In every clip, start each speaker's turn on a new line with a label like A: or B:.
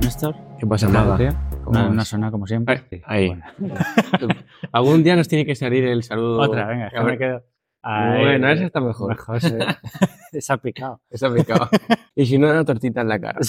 A: Néstor?
B: ¿Qué pasa, Maga?
A: No, no suena como siempre.
B: Ahí, ahí.
A: Bueno.
B: Algún día nos tiene que salir el saludo.
A: Otra, venga, que
B: A
A: me
B: ver.
A: quedo. Ahí.
B: Bueno, esa está mejor.
A: Mejor se, se ha picado.
B: Esa me cago. Y si no, una tortita en la cara.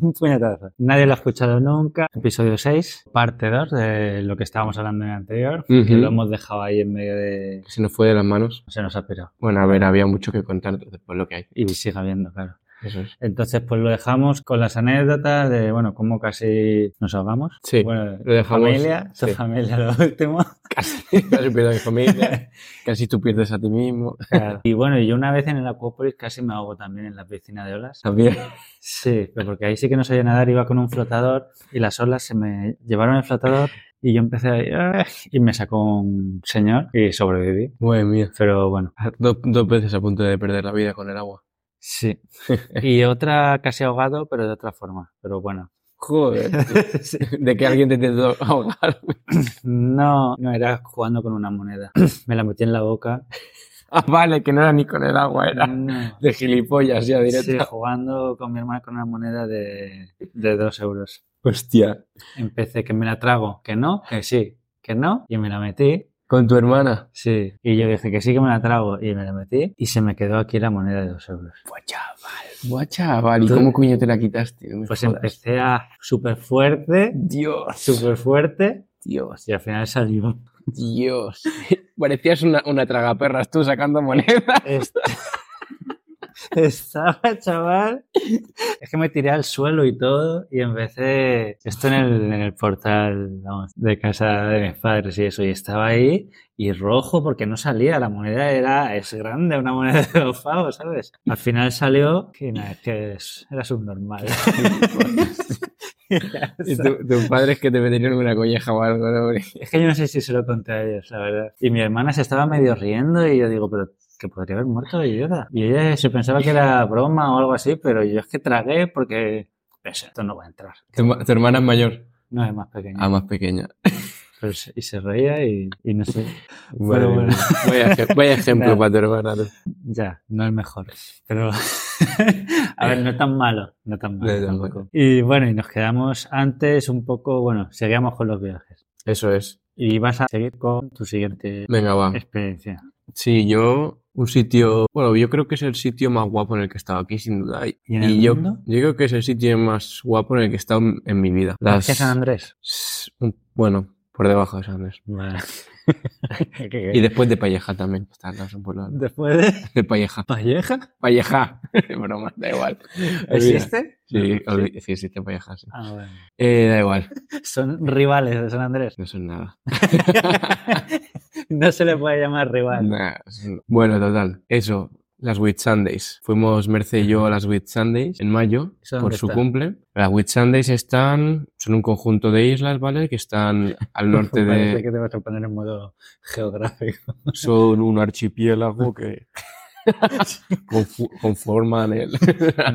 A: Un puñetazo. Nadie lo ha escuchado nunca. Episodio 6, parte 2 de lo que estábamos hablando en el anterior. Que
B: Ujú.
A: lo hemos dejado ahí en medio de.
B: Se nos fue de las manos.
A: Se nos ha pirado.
B: Bueno, a ver, había mucho que contar, entonces pues lo que hay.
A: Y sigue habiendo, claro.
B: Eso es.
A: Entonces, pues lo dejamos con las anécdotas de, bueno, cómo casi nos ahogamos.
B: Sí,
A: Bueno,
B: Lo dejamos.
A: familia, tu
B: sí.
A: familia, lo último.
B: Casi, casi pierdo a mi familia. Casi tú pierdes a ti mismo.
A: Y bueno, y yo una vez en el Acuópolis casi me ahogo también en la piscina de olas.
B: También.
A: Sí, pero porque ahí sí que no sabía nadar, iba con un flotador y las olas se me llevaron el flotador y yo empecé a "Ah", y me sacó un señor y sobreviví.
B: Madre mía.
A: Pero bueno,
B: Dos, dos veces a punto de perder la vida con el agua.
A: sí. Y otra casi ahogado, pero de otra forma. Pero bueno,
B: Joder. De que alguien te intentó ahogar.
A: no, no era jugando con una moneda. Me la metí en la boca.
B: Ah, vale, que no era ni con el agua, era
A: No.
B: de gilipollas ya directo.
A: Mm. Sí, jugando con mi hermana con una moneda de, de dos euros.
B: Hostia.
A: Empecé que me la trago, que no, que sí, que no, y me la metí.
B: Con tu hermana.
A: Sí, y yo dije que sí que me la trago y me la metí y se me quedó aquí la moneda de dos euros.
B: Buah, chaval. Buah, chaval. ¿Y
A: Tú-
B: cómo coño te la quitaste? No me
A: Pues
B: jodas.
A: empecé a súper fuerte,
B: Dios,
A: súper fuerte
B: Dios,
A: y al final salió.
B: Dios. Parecías una, una tragaperras tú sacando monedas.
A: Est- Este, Estaba, chaval. Es que me tiré al suelo y todo y empecé... Esto en el, en el portal vamos, de casa de mis padres y eso. Y estaba ahí y rojo porque no salía. La moneda era... Es grande, una moneda de dos pavos, ¿sabes? Al final salió que nada, es que es- era subnormal.
B: Y tu- tus padres que te metieron una colleja o algo, ¿no? Porque-
A: Es que yo no sé si se lo conté a ellos, la verdad. Y mi hermana se estaba medio riendo y yo digo, pero que podría haber muerto la idiota. Y ella se pensaba que era broma o algo así, pero yo es que tragué porque pensé, esto no va a entrar.
B: Tu, ma- tu hermana es mayor.
A: No es más pequeña.
B: Ah, más pequeña.
A: Pero se- y se reía y, y no sé.
B: Madre
A: bueno.
B: mía. Vaya, ejem- vaya ejemplo
A: Nada.
B: para tu hermana. tú.
A: Ya, no es mejor. Pero. a ver, no tan malo. No tan malo
B: No, tampoco.
A: tampoco. Y bueno, y nos quedamos antes un poco. Bueno, seguíamos con los viajes.
B: Eso es.
A: Y vas a seguir con tu siguiente
B: Venga, va.
A: experiencia.
B: Sí, yo un sitio, bueno, yo creo que es el sitio más guapo en el que he estado aquí, sin duda. Y,
A: ¿Y en el
B: yo,
A: mundo?
B: yo creo que es el sitio más guapo en el que he estado en, en mi vida. Las-
A: ¿Qué San Andrés?
B: s- un- bueno, por debajo de San Andrés.
A: Vale.
B: Y después de Palleja también. que Está al lado, son por la-
A: después de
B: de Palleja.
A: Palleja,
B: Palleja. Broma, da igual.
A: ¿existe?
B: Sí, olvi- sí, existe Palleja, sí.
A: Ah, bueno.
B: Eh, da igual,
A: Son rivales de San Andrés.
B: no son nada.
A: no se le puede llamar rival.
B: Nah, son- Bueno, total, eso. Las Witch Sundays. Fuimos Merce y yo a las Witch Sundays en mayo
A: ¿Eso dónde
B: por su
A: está?
B: cumple. Las Witch Sundays están, son un conjunto de islas, ¿vale? Que están al norte
A: Parece
B: de,
A: que te vas a poner en modo geográfico.
B: son un archipiélago que confu- conforman el...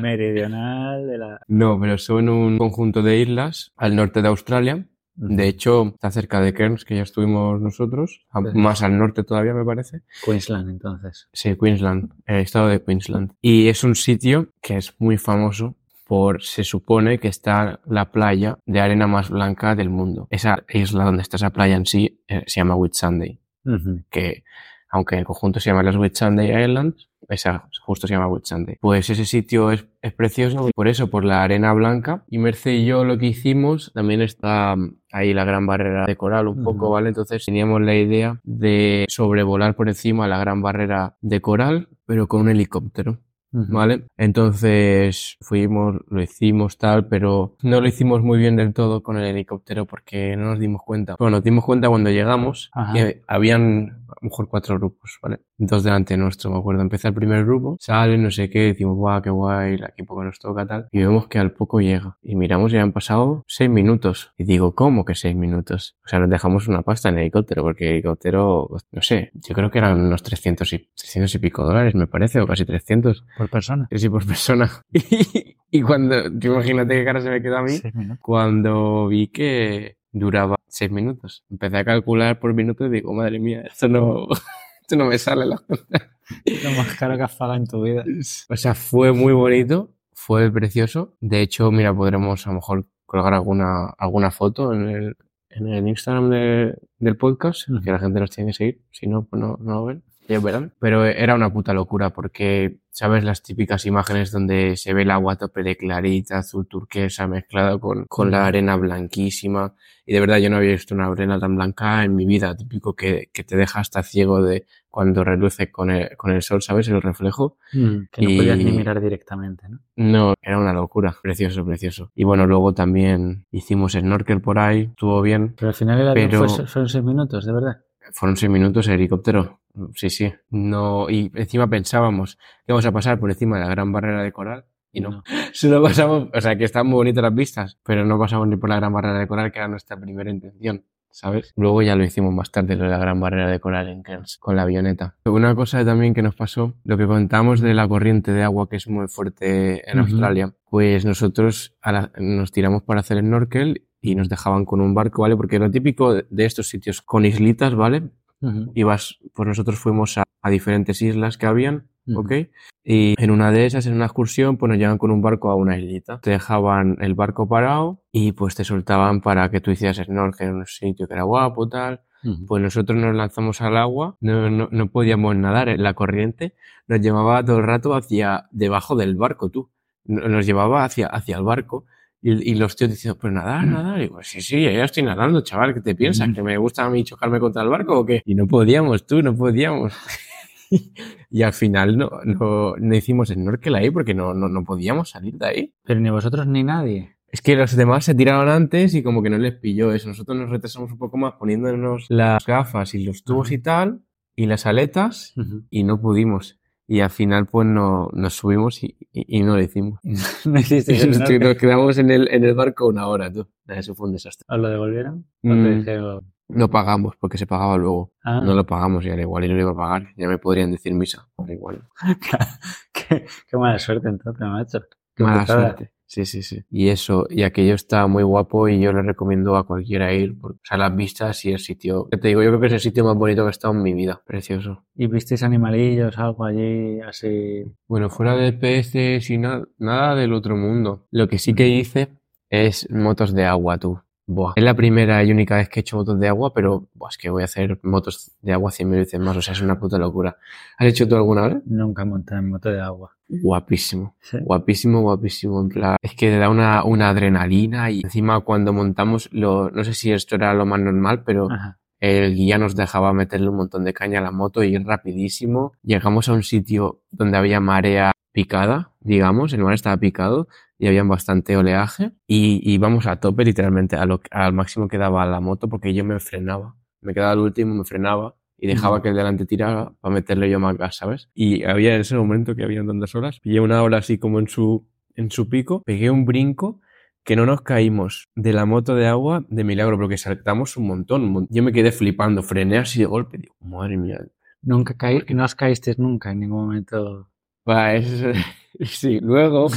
A: Meridional de la.
B: No, pero son un conjunto de islas al norte de Australia. De hecho, está cerca de Cairns, que ya estuvimos nosotros, a-
A: Sí.
B: más al norte todavía me parece.
A: Queensland, entonces.
B: Sí, Queensland, el estado de Queensland. Y es un sitio que es muy famoso por, se supone que está la playa de arena más blanca del mundo. Esa isla donde está esa playa en sí eh, se llama Whitsunday, que aunque el conjunto se llama las Whitsunday Islands, esa justo se llama Whitsunday. Pues ese sitio es, es precioso por eso, por la arena blanca. Y Merce y yo lo que hicimos, también está mm, ahí la gran barrera de coral un poco,
A: Ujú.
B: ¿vale? Entonces teníamos la idea de sobrevolar por encima la gran barrera de coral, pero con un helicóptero. ¿Vale? Entonces fuimos, lo hicimos tal, pero no lo hicimos muy bien del todo con el helicóptero porque no nos dimos cuenta. Bueno, nos dimos cuenta cuando llegamos
A: Ajá.
B: que habían a lo mejor cuatro grupos, ¿vale? Dos delante nuestro, me acuerdo. Empieza el primer grupo, sale, no sé qué, decimos, guau, qué guay, el equipo que nos toca tal. Y vemos que al poco llega. Y miramos y han pasado seis minutos. Y digo, ¿cómo que seis minutos? O sea, nos dejamos una pasta en helicóptero porque el helicóptero, pues, no sé, yo creo que eran unos 300 y, 300 y pico dólares, me parece, o casi 300.
A: Por persona.
B: Sí, sí, por persona. Y, cuando, tú imagínate qué cara se me quedó a mí.
A: Seis minutos.
B: Cuando vi que duraba seis minutos. Empecé a calcular por minuto y digo, madre mía, esto no, esto no me sale. La...
A: Lo más caro que has pagado en tu vida.
B: O sea, fue muy bonito. fue precioso. De hecho, mira, podremos a lo mejor colgar alguna, alguna foto en el, en el Instagram de- del podcast, que la gente nos tiene que seguir, si no, pues no, no lo ven. Ellos verán. Pero era una puta locura porque, ¿sabes? Las típicas imágenes donde se ve el agua a tope de clarita, azul turquesa, mezclado con, con la arena blanquísima. Y de verdad yo no había visto una arena tan blanca en mi vida, típico que, que te deja hasta ciego de cuando reluce con el, con el sol, ¿sabes? El reflejo.
A: Mm, que no podías ni
B: Y-
A: mirar directamente, ¿no?
B: No, era una locura. Precioso, precioso. Y bueno, luego también hicimos snorkel por ahí, estuvo bien.
A: Pero al final el avión
B: Pero-
A: fue- fueron seis minutos, de verdad.
B: Fueron seis minutos de helicóptero. Sí, sí. No, y encima pensábamos que íbamos a pasar por encima de la gran barrera de coral. Y no. Solo pasamos, o sea, que están muy bonitas las vistas, pero no pasamos ni por la gran barrera de coral, que era nuestra primera intención. ¿Sabes? Luego ya lo hicimos más tarde, lo de la gran barrera de coral en Cairns, con la avioneta. Una cosa también que nos pasó, lo que contamos de la corriente de agua que es muy fuerte en
A: Ujú.
B: Australia, pues nosotros a la- nos tiramos para hacer snorkel y nos dejaban con un barco, ¿vale? Porque lo típico de- de estos sitios con islitas, ¿vale?
A: Ujú,
B: ibas, pues nosotros fuimos a, a diferentes islas que habían,
A: Ujú.
B: ¿ok? Y en una de esas, en una excursión, pues nos llevan con un barco a una islita. Te dejaban el barco parado y pues te soltaban para que tú hicieras snorkel en un sitio que era guapo, tal.
A: ujú.
B: Pues nosotros nos lanzamos al agua, no, no, no podíamos nadar, eh, la corriente nos llevaba todo el rato hacia debajo del barco, tú. No- Nos llevaba hacia, hacia el barco y, y los tíos diciendo, pues nadar, nadar. Y yo, sí, sí, yo ya estoy nadando, chaval, ¿qué te piensas? ¿Que me gusta a mí chocarme contra el barco o qué? Y no podíamos, tú, no podíamos. y al final no, no, no hicimos snorkel ahí porque no, no, no podíamos salir de ahí.
A: Pero ni vosotros ni nadie.
B: Es que los demás se tiraron antes y como que no les pilló eso. Nosotros nos retrasamos un poco más poniéndonos las gafas y los tubos y tal, y las aletas,
A: Ujú.
B: y no pudimos. Y al final pues no, nos subimos y, y- y no lo hicimos.
A: no hiciste
B: Y nos,
A: snorkel.
B: nos quedamos en el, en el barco una hora, tú. Eso fue un desastre.
A: ¿Os lo devolvieron? ¿O te
B: Mm.
A: dijeron,
B: No pagamos porque se pagaba luego.
A: ah,
B: No lo pagamos y al igual y no lo iba a pagar. Ya me podrían decir misa. Al igual.
A: qué, qué mala suerte entonces, macho. Qué
B: Mala
A: putada.
B: suerte. Sí, sí, sí. Y eso, y aquello está muy guapo y yo le recomiendo a cualquiera ir. Porque, o sea, las vistas y el sitio. Ya te digo, yo creo que es el sitio más bonito que he estado en mi vida. Precioso.
A: ¿Y visteis animalillos, algo allí, así?
B: Bueno, fuera de peces y na- nada del otro mundo. Lo que sí que hice es motos de agua, tú. Buah. Es la primera y única vez que he hecho motos de agua, pero buah, es que voy a hacer motos de agua cien mil veces más. O sea, es una puta locura. ¿Has hecho tú alguna vez?
A: Nunca monté en moto de agua.
B: Guapísimo.
A: Sí.
B: Guapísimo, guapísimo. En plan, es que te da una, una adrenalina y encima cuando montamos, lo, no sé si esto era lo más normal, pero
A: Ajá.
B: el guía nos dejaba meterle un montón de caña a la moto y ir rapidísimo. Llegamos a un sitio donde había marea picada, digamos, el mar estaba picado y había bastante oleaje y íbamos a tope literalmente a lo- al máximo que daba la moto porque yo me frenaba, me quedaba al último, me frenaba y dejaba
A: Ujú.
B: que el delante tirara para meterle yo más gas, ¿sabes? Y había en ese momento que habían tantas olas, pillé una ola así como en su, en su pico, pegué un brinco que no nos caímos de la moto de agua de milagro, porque saltamos un montón. un mon- Yo me quedé flipando, frené así de golpe. Digo, madre mía.
A: Nunca caí, no os caísteis nunca en ningún momento.
B: Va, eso es- Sí, luego,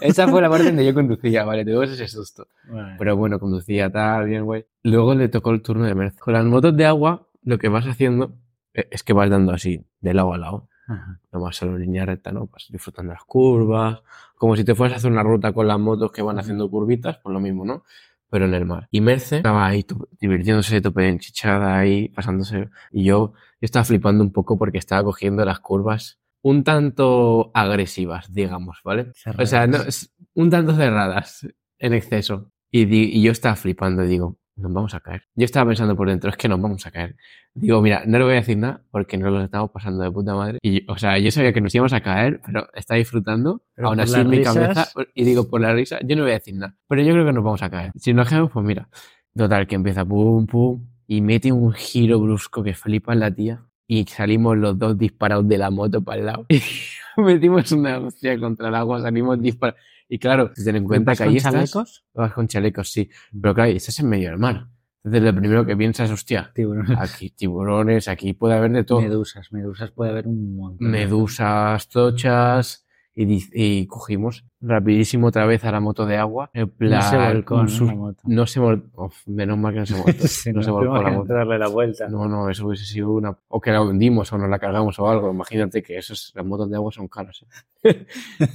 B: esa fue la parte donde yo conducía, vale, te digo ese susto.
A: Bueno,
B: Pero bueno, conducía tal, bien, güey. Luego le tocó el turno de Merz. Con las motos de agua, lo que vas haciendo eh, es que vas dando así, de lado a lado.
A: ajá.
B: No vas solo en línea recta, ¿no? Vas disfrutando las curvas, como si te fueras a hacer una ruta con las motos que van
A: Ujú.
B: haciendo curvitas, pues lo mismo, ¿no? Pero en el mar. Y Merce estaba ahí to- divirtiéndose, tope de enchichada ahí, pasándose. Y yo, yo estaba flipando un poco porque estaba cogiendo las curvas un tanto agresivas, digamos, ¿vale? O sea, no,
A: Cerradas.
B: es un tanto cerradas, en exceso. Y, di- y yo estaba flipando y digo, nos vamos a caer. Yo estaba pensando por dentro, es que nos vamos a caer. Digo, mira, no le voy a decir nada porque no lo estamos pasando de puta madre. Y, yo- o sea, yo sabía que nos íbamos a caer, pero está disfrutando.
A: Pero
B: Aún
A: por
B: así,
A: las
B: en mi cabeza, pues,
A: risas-
B: y digo, por la risa, yo no voy a decir nada. Pero yo creo que nos vamos a caer. Si nos caemos, pues mira. Total, que empieza pum, pum, y mete un giro brusco que flipa la tía. Y salimos los dos disparados de la moto para el lado. Metimos una hostia contra el agua, salimos disparados. Y claro, ten en cuenta
A: ¿Vas
B: que
A: con Mm.
B: ahí estás.
A: chalecos?
B: Vas con chalecos, sí. Pero claro, y estás en medio del mar. Entonces lo primero que piensas, hostia,
A: Tiburones.
B: aquí tiburones, aquí puede haber de todo.
A: Medusas, medusas puede haber un montón.
B: Medusas, tochas. y, di- y cogimos rapidísimo otra vez a la moto de agua. En plan,
A: No se volcó,
B: un
A: ¿no?
B: sus-
A: La moto.
B: no se vol- Uf, menos mal que no se volcó.
A: Sí,
B: no se
A: tuvimos
B: volcó la
A: que
B: moto.
A: darle la vuelta.
B: No, no, eso hubiese sido una... O que la hundimos o nos la cargamos o algo. Imagínate que esas, las motos de agua son caras. ¿eh?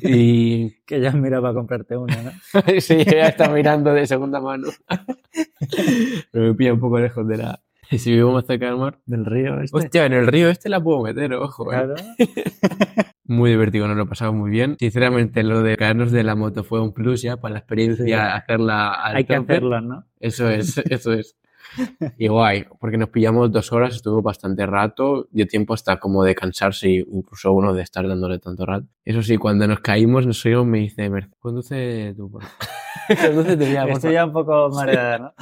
B: y
A: Que ya mira para comprarte una, ¿no?
B: Sí, ella está mirando de segunda mano. Pero me pilla un poco lejos de la. Si vivo más cerca del mar.
A: Del río este.
B: Hostia, en el río este la puedo meter, ojo. eh.
A: Claro.
B: Muy divertido, nos lo pasamos muy bien. Sinceramente, lo de caernos de la moto fue un plus ya para la experiencia,
A: Sí.
B: hacerla al
A: Hay que
B: tope.
A: hacerlo, ¿no?
B: Eso es, eso es. Y guay, porque nos pillamos dos horas, estuvo bastante rato, dio tiempo hasta como de cansarse, y incluso uno de estar dándole tanto rato. Eso sí, cuando nos caímos, nos oímos, me dice, Mercedes, conduce tú, por favor". Conduce tú ya, por
A: Estoy
B: favor".
A: ya un poco mareada, ¿no?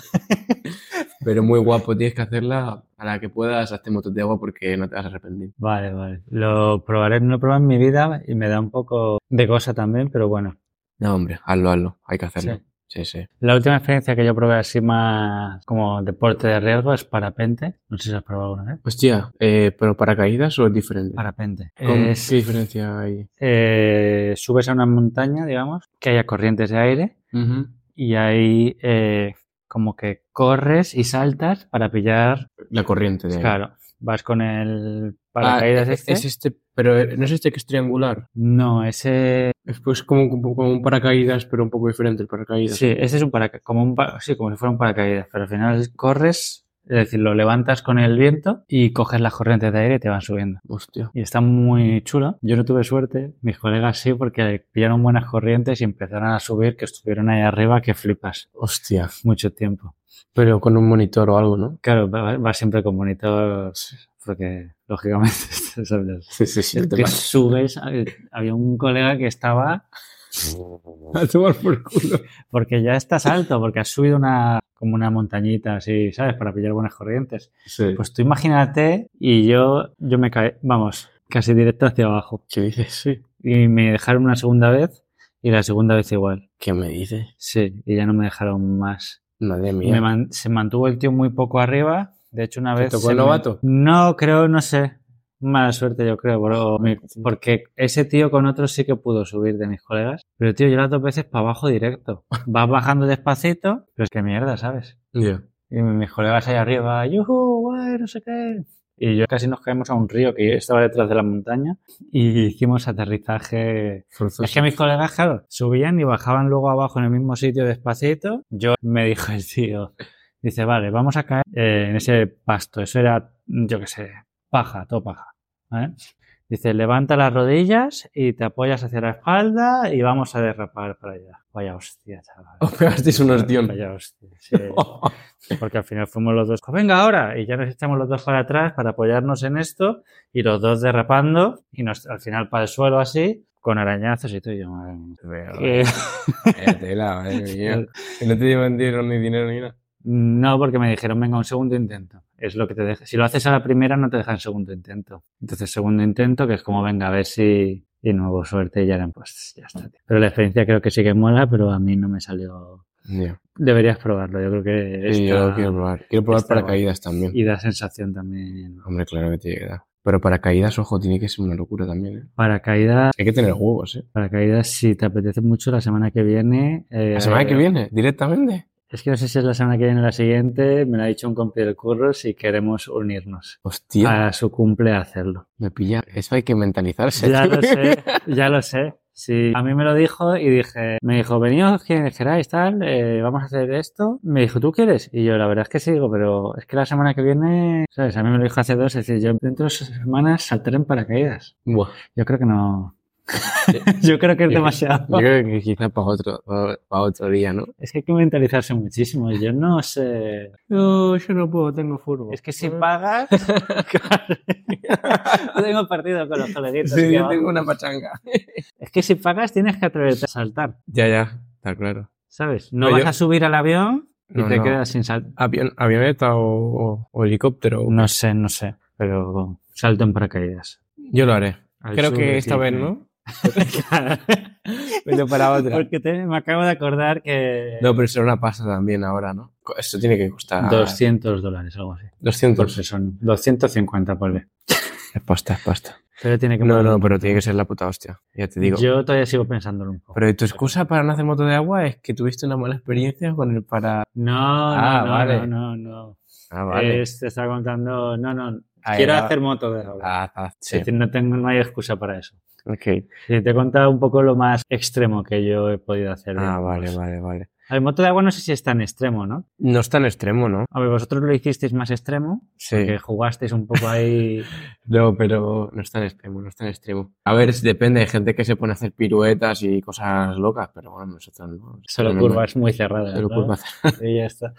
B: Pero muy guapo, tienes que hacerla a la que puedas, hazte motos de agua porque no te vas a arrepentir.
A: Vale, vale. Lo probaré, no lo he probado en mi vida y me da un poco de cosa también, pero bueno.
B: No, hombre, hazlo, hazlo, hay que hacerlo.
A: Sí.
B: Sí, sí.
A: La última experiencia que yo probé así más como deporte de riesgo es parapente. No sé si has probado alguna vez.
B: Hostia, eh, pero paracaídas o es diferente.
A: Parapente.
B: ¿Con-
A: Es,
B: ¿Qué diferencia hay?
A: eh, subes a una montaña, digamos, que haya corrientes de aire
B: Ujú.
A: y ahí eh, como que corres y saltas para pillar.
B: La corriente de ahí.
A: Claro, vas con el
B: Ah,
A: paracaídas
B: es-
A: este.
B: Es este, pero eh, no es este que es triangular.
A: No, ese
B: Es pues como, un- como un paracaídas, pero un poco diferente el paracaídas.
A: Sí, ese es un paracaídas, como un pa- sí, como si fuera un paracaídas, pero al final corres, es decir, lo levantas con el viento y coges las corrientes de aire y te van subiendo.
B: Hostia.
A: Y está muy chulo. Yo no tuve suerte, mis colegas sí, porque pillaron buenas corrientes y empezaron a subir, que estuvieron ahí arriba, que flipas
B: Hostia.
A: mucho tiempo.
B: Pero con un monitor o algo, ¿no?
A: Claro, va, va siempre con monitor, porque lógicamente sabes,
B: Sí, sí, sí.
A: que subes. eh, Había un colega que estaba
B: A tomar por culo.
A: Porque ya estás alto, porque has subido una como una montañita así, ¿sabes? Para pillar buenas corrientes.
B: Sí.
A: Pues tú imagínate y yo, yo me caí, vamos, casi directo hacia abajo.
B: ¿Qué dices? Sí.
A: Y me dejaron una segunda vez y la segunda vez igual.
B: ¿Qué me dices?
A: Sí, y ya no me dejaron más.
B: Madre mía.
A: Me man- se mantuvo el tío muy poco arriba. De hecho, una
B: ¿Te
A: vez...
B: tocó
A: se
B: el
A: me-
B: novato?
A: No, creo, no sé. Mala suerte, yo creo, bro. Mi- Porque ese tío con otro sí que pudo subir de mis colegas. Pero, tío, yo las dos veces para abajo directo. Vas bajando despacito, pero es que mierda, ¿sabes?
B: Ya.
A: Y mis colegas allá arriba, yuhu, guay, no sé qué. Y yo casi nos caemos a un río que estaba detrás de la montaña y hicimos aterrizaje
B: Forzoso.
A: es que mis colegas, claro, subían y bajaban luego abajo en el mismo sitio despacito. Yo me dijo el tío, dice, vale, vamos a caer eh, en ese pasto. Eso era, yo qué sé, paja, todo paja. ¿vale? Dice, levanta las rodillas y te apoyas hacia la espalda y vamos a derrapar para allá. Vaya hostia, chaval.
B: Os pegasteis un ostión.
A: Vaya hostia, sí. Porque al final fuimos los dos, "Pues venga ahora, y ya nos echamos los dos para atrás para apoyarnos en esto, y los dos derrapando, y nos, al final para el suelo así, con arañazos y todo. Y yo, madre mía. Eh,
B: Tela, madre mía. Que no te vendieron ni dinero ni nada.
A: no, porque me dijeron, venga, un segundo intento. Es lo que te deja. Si lo haces a la primera, no te dejan segundo intento. Entonces, segundo intento, que es como, venga, a ver si. Y no hubo suerte, y ya eran, pues, ya está. tío. Pero la experiencia creo que sí que mola, pero a mí no me salió.
B: Ya.
A: Deberías probarlo, yo creo que.
B: Sí, yo
A: está-
B: lo quiero probar. Quiero probar
A: está guay.
B: paracaídas también.
A: Y da sensación también.
B: Hombre, claro que te llega. Pero paracaídas, ojo, tiene que ser una locura también, ¿eh?
A: Paracaídas,
B: Hay que tener huevos, ¿eh?
A: paracaídas, si te apetece mucho, la semana que viene. eh,
B: La semana que viene, directamente.
A: Es que no sé si es la semana que viene o la siguiente, me lo ha dicho un compi del curro si queremos unirnos
B: Hostia,
A: a su cumple a hacerlo.
B: me pilla. Eso hay que mentalizarse.
A: Ya lo sé, ya lo sé. Sí, a mí me lo dijo y dije, me dijo, veníos quienes queráis, tal, eh, vamos a hacer esto. Me dijo, ¿tú quieres? Y yo, la verdad es que sí, digo, pero es que la semana que viene, ¿sabes? A mí me lo dijo hace dos, es decir, yo dentro de dos semanas saltaré en paracaídas.
B: Buah,
A: Yo creo que no. yo creo que es
B: Yo-
A: demasiado.
B: yo creo que quizá para otro, para, otro día, ¿no?
A: Es que hay que mentalizarse muchísimo. Yo no sé.
B: No, yo no puedo, tengo furbo.
A: Es que si pagas. Claro. Yo tengo partido con los coleguitas.
B: Sí,
A: que
B: yo
A: va-
B: tengo una pachanga.
A: Es que si pagas tienes que atreverte a saltar,
B: Ya, ya, está claro.
A: ¿sabes? No
B: Pero
A: vas
B: yo-
A: a subir al avión y
B: No,
A: te
B: no.
A: quedas sin saltar.
B: Avión, avioneta o, o- o helicóptero.
A: No sé, no sé. Pero salto en paracaídas.
B: Yo lo haré.
A: Al
B: creo
A: sur
B: que
A: de
B: esta
A: Chile.
B: vez, ¿no? Pero para otra.
A: Porque te- me acabo de acordar que.
B: No, ah. pero será una pasta también ahora, ¿no? Co- Esto tiene que costar
A: 200 dólares, algo así. Por
B: 200.
A: persona. 250, por vez.
B: Es pasta, es pasta.
A: Pero tiene que
B: No,
A: morir.
B: no, pero tiene que ser la puta hostia. Ya te digo.
A: Yo todavía sigo pensándolo un poco.
B: Pero tu excusa para no hacer moto de agua es que tuviste una mala experiencia con el para.
A: No, no,
B: Ah,
A: no,
B: vale.
A: no, no, no.
B: Ah, vale.
A: Es- te estaba contando, no, no,
B: Ah,
A: quiero
B: era-
A: hacer moto de agua.
B: Ah, ah,
A: Es
B: sí.
A: decir, no tengo, no hay excusa para eso.
B: Ok.
A: Sí, te he contado un poco lo más extremo que yo he podido hacer.
B: Ah,
A: digamos.
B: vale, vale, vale.
A: A ver, moto de agua no sé si es tan extremo, ¿no?
B: No es tan extremo, ¿no?
A: A ver, vosotros lo hicisteis más extremo,
B: Sí.
A: que jugasteis un poco ahí.
B: No, pero no es tan extremo, no es tan extremo. A ver, es- depende, hay gente que se pone a hacer piruetas y cosas locas, pero bueno, nosotros no.
A: Solo
B: Tenemos-
A: curvas muy cerradas.
B: solo
A: ¿no?
B: curvas.
A: Y ya está.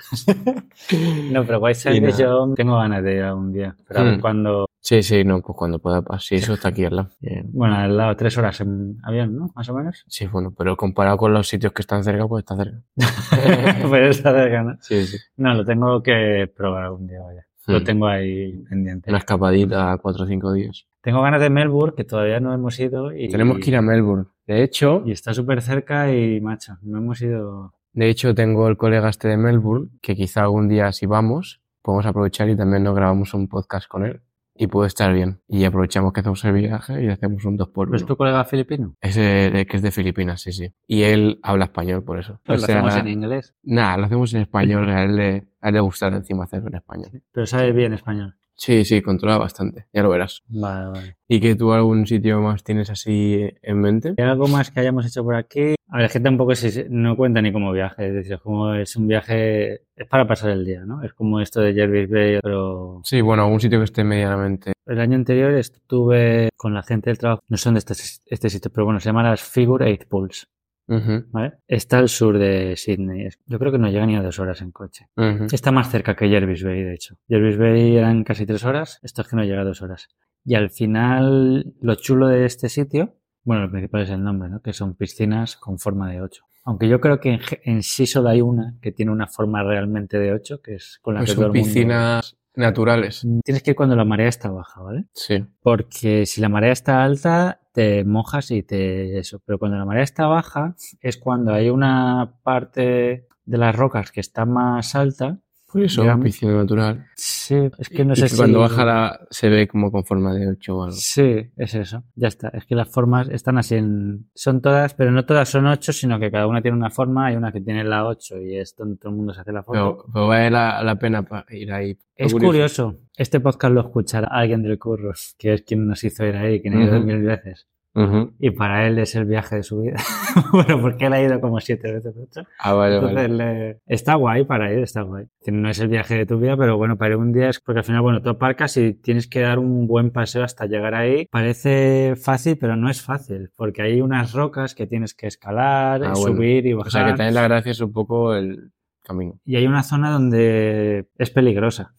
A: no, pero White
B: Y
A: Sanders
B: nada.
A: yo tengo ganas de ir algún día. Pero a ver
B: Hmm.
A: cuando.
B: Sí, sí, no, pues cuando pueda pasar. Sí, eso está aquí al lado. Bien.
A: Bueno, al lado, tres horas en avión, ¿no? Más o menos.
B: Sí, bueno, pero comparado con los sitios que están cerca, pues está cerca.
A: pero está de ganas.
B: Sí, sí.
A: No, lo tengo que probar algún día, vaya. Lo
B: Hmm.
A: tengo ahí pendiente.
B: Una escapadita a cuatro o cinco días.
A: Tengo ganas de Melbourne, que todavía no hemos ido. Y,
B: Tenemos que ir a Melbourne. De hecho,
A: Y está súper cerca y, macho, no hemos ido.
B: de hecho, tengo el colega este de Melbourne, que quizá algún día si vamos, podemos aprovechar y también nos grabamos un podcast con él. Y puede estar bien. Y aprovechamos que hacemos el viaje y hacemos un dos por uno.
A: ¿Es tu colega filipino?
B: Es el- el que es de Filipinas, sí, sí. Y él habla español, por eso.
A: Pues
B: O
A: lo
B: sea,
A: hacemos en inglés.
B: Nada, lo hacemos en español. A él le, a él le gusta encima hacerlo en español.
A: Pero sabe bien español.
B: Sí, sí, controla bastante. Ya lo verás.
A: Vale, vale.
B: ¿Y que tú algún sitio más tienes así en mente?
A: ¿Hay algo más que hayamos hecho por aquí? A ver, es que tampoco se- no cuenta ni como viaje. Es decir, es como es un viaje. Es para pasar el día, ¿no? Es como esto de Jervis Bay, pero.
B: Sí, bueno, algún sitio que esté medianamente.
A: El año anterior estuve con la gente del trabajo. No son de este, este sitio, pero bueno, se llama las Figure Eight Pools.
B: Ujú,
A: ¿vale? Está al sur de Sydney. Es- Yo creo que no llega ni a dos horas en coche.
B: ujú.
A: Está más cerca que Jervis Bay, de hecho. Jervis Bay eran casi tres horas, esto es que no llega a dos horas. Y al final, lo chulo de este sitio, bueno, lo principal es el nombre, ¿no? Que son piscinas con forma de ocho. Aunque yo creo que en, ge- en sí solo hay una que tiene una forma realmente de ocho, que es con la
B: Pues
A: que todo
B: son
A: el mundo-
B: piscinas naturales.
A: Tienes que ir cuando la marea está baja, ¿vale?
B: Sí.
A: Porque si la marea está alta, te mojas y te eso. Pero cuando la marea está baja, es cuando hay una parte de las rocas que está más alta.
B: Por eso,
A: Digamos.
B: piscina natural.
A: Sí, es que no
B: Y
A: sé
B: que
A: si.
B: cuando baja la, se ve como con forma de ocho o algo.
A: Sí, es eso. Ya está. Es que las formas están así en. Son todas, pero no todas son ocho, sino que cada una tiene una forma. Hay una que tiene la ocho y es donde todo el mundo se hace la forma.
B: Pero, pero vale la, la pena pa- ir ahí.
A: Es curioso. Este podcast lo escuchará alguien del curro, que es quien nos hizo ir ahí, quien ha ido
B: Ujú.
A: mil veces.
B: Ujú.
A: Y para él es el viaje de su vida. bueno, porque él ha ido como siete veces. ocho.
B: Ah, vale, vale.
A: Entonces, le- está guay para ir, está guay. Que No es el viaje de tu vida, pero bueno, para ir un día es porque al final, bueno, tú aparcas y tienes que dar un buen paseo hasta llegar ahí. Parece fácil, pero no es fácil, porque hay unas rocas que tienes que escalar, eh,
B: Ah, bueno.
A: subir y bajar.
B: O sea, que también la gracia es un poco el camino.
A: Y hay una zona donde es peligrosa,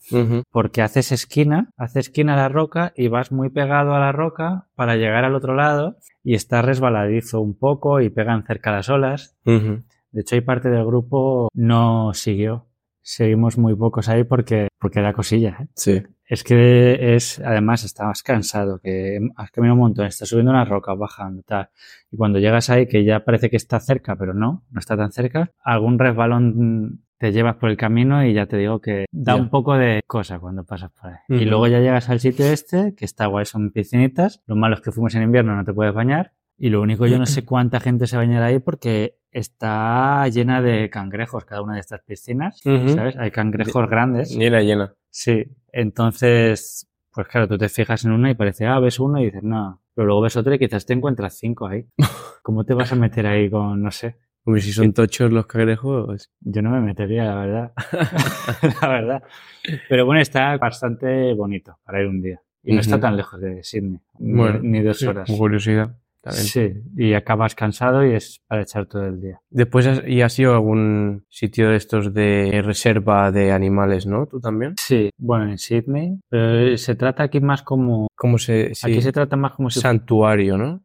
A: porque haces esquina, hace esquina a la roca y vas muy pegado a la roca para llegar al otro lado y está resbaladizo un poco y pegan cerca las olas. De hecho, hay parte del grupo no siguió. Seguimos muy pocos ahí porque, porque da cosilla. ¿eh?
B: Sí.
A: Es que es, además, estabas cansado, que has caminado un montón, estás subiendo unas rocas, bajando, tal. Y cuando llegas ahí, que ya parece que está cerca, pero no, no está tan cerca, algún resbalón te llevas por el camino y ya te digo que da
B: Ya.
A: un poco de cosa cuando pasas por ahí. Y
B: Ujú.
A: luego ya llegas al sitio este, que está guay, son piscinitas. Lo malo es que fuimos en invierno, no te puedes bañar. Y lo único, yo no sé cuánta gente se bañará ahí porque está llena de cangrejos cada una de estas piscinas.
B: Ujú.
A: ¿Sabes? Hay cangrejos grandes.
B: Llena, llena.
A: Sí, entonces, pues claro, tú te fijas en una y parece, ah, ves una y dices, no, pero luego ves otra y quizás te encuentras cinco ahí. ¿Cómo te vas a meter ahí con, no sé?
B: Uy, si son tochos los cangrejos.
A: Yo no me metería, la verdad. la verdad. Pero bueno, está bastante bonito para ir un día. Y no está
B: Ujú.
A: tan lejos de Sydney, ni-
B: Bueno,
A: ni, dos
B: Sí,
A: horas.
B: con curiosidad. también.
A: Sí, y acabas cansado y es para echar todo el día.
B: Después, has- y has ido a algún sitio de estos de reserva de animales, ¿no? ¿Tú también?
A: Sí, bueno, en Sydney, pero eh, se trata aquí más como,
B: ¿Cómo se...? sí,
A: aquí se trata más como si
B: Santuario, ¿no?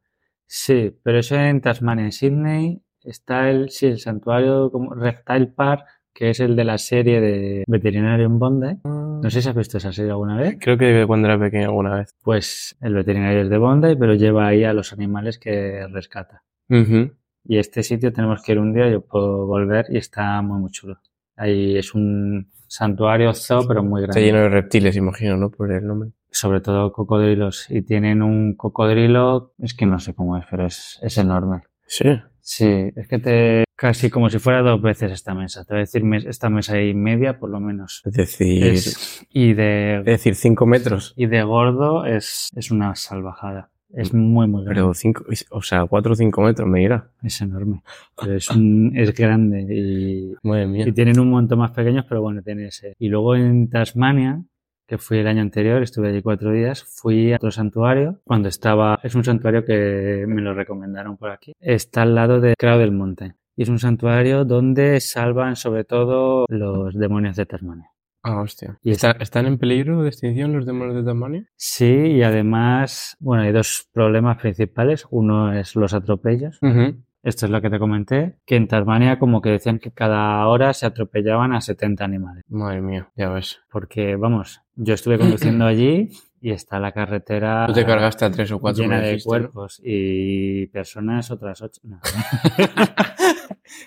A: Sí, pero eso en Tasmania, en Sydney, está el, sí, el santuario como Reptile Park, que es el de la serie de Veterinario en Bondi.
B: Ah.
A: No sé si has visto esa serie alguna vez.
B: Creo que cuando era pequeño alguna vez.
A: Pues el veterinario es de Bondi, pero lleva ahí a los animales que rescata.
B: Ujú.
A: Y este sitio tenemos que ir un día, yo puedo volver y está muy, muy chulo. Ahí es un santuario zoo, pero muy
B: Está
A: grande.
B: lleno de reptiles, imagino, ¿no? Por el nombre.
A: sobre todo cocodrilos. Y tienen un cocodrilo, es que no sé cómo es, pero es, es enorme.
B: Sí.
A: Sí, es que te casi como si fuera dos veces esta mesa. Te voy a decir mes- esta mesa y media por lo menos.
C: Es decir,
A: Es- y de
C: es decir, 5 metros.
A: y de gordo es, es una salvajada. Es muy muy grande.
B: Pero cinco, o sea, cuatro o cinco metros me dirá.
A: Es enorme. Pero es un- es grande y,
B: Madre mía.
A: Y tienen un montón más pequeños, pero bueno, tiene ese. Y luego en Tasmania, que fui el año anterior, estuve allí cuatro días, fui a otro santuario cuando estaba. Es un santuario que me lo recomendaron por aquí. Está al lado de Crow del Monte. Y es un santuario donde salvan sobre todo los demonios de Tasmania.
B: Ah, hostia.
A: Y
B: ¿Está- ¿Están en peligro de extinción los demonios de Tasmania?
A: Sí, y además, bueno, hay dos problemas principales. Uno es los atropellos. Esto es lo que te comenté, que en Tasmania como que decían que cada hora se atropellaban a 70 animales.
B: Madre mía, ya ves.
A: Porque, vamos, yo estuve conduciendo allí y está la carretera
B: Tú te cargaste a tres o cuatro.
A: llena
B: me
A: de
B: dijiste, ¿no?
A: cuerpos y personas otras ocho. No.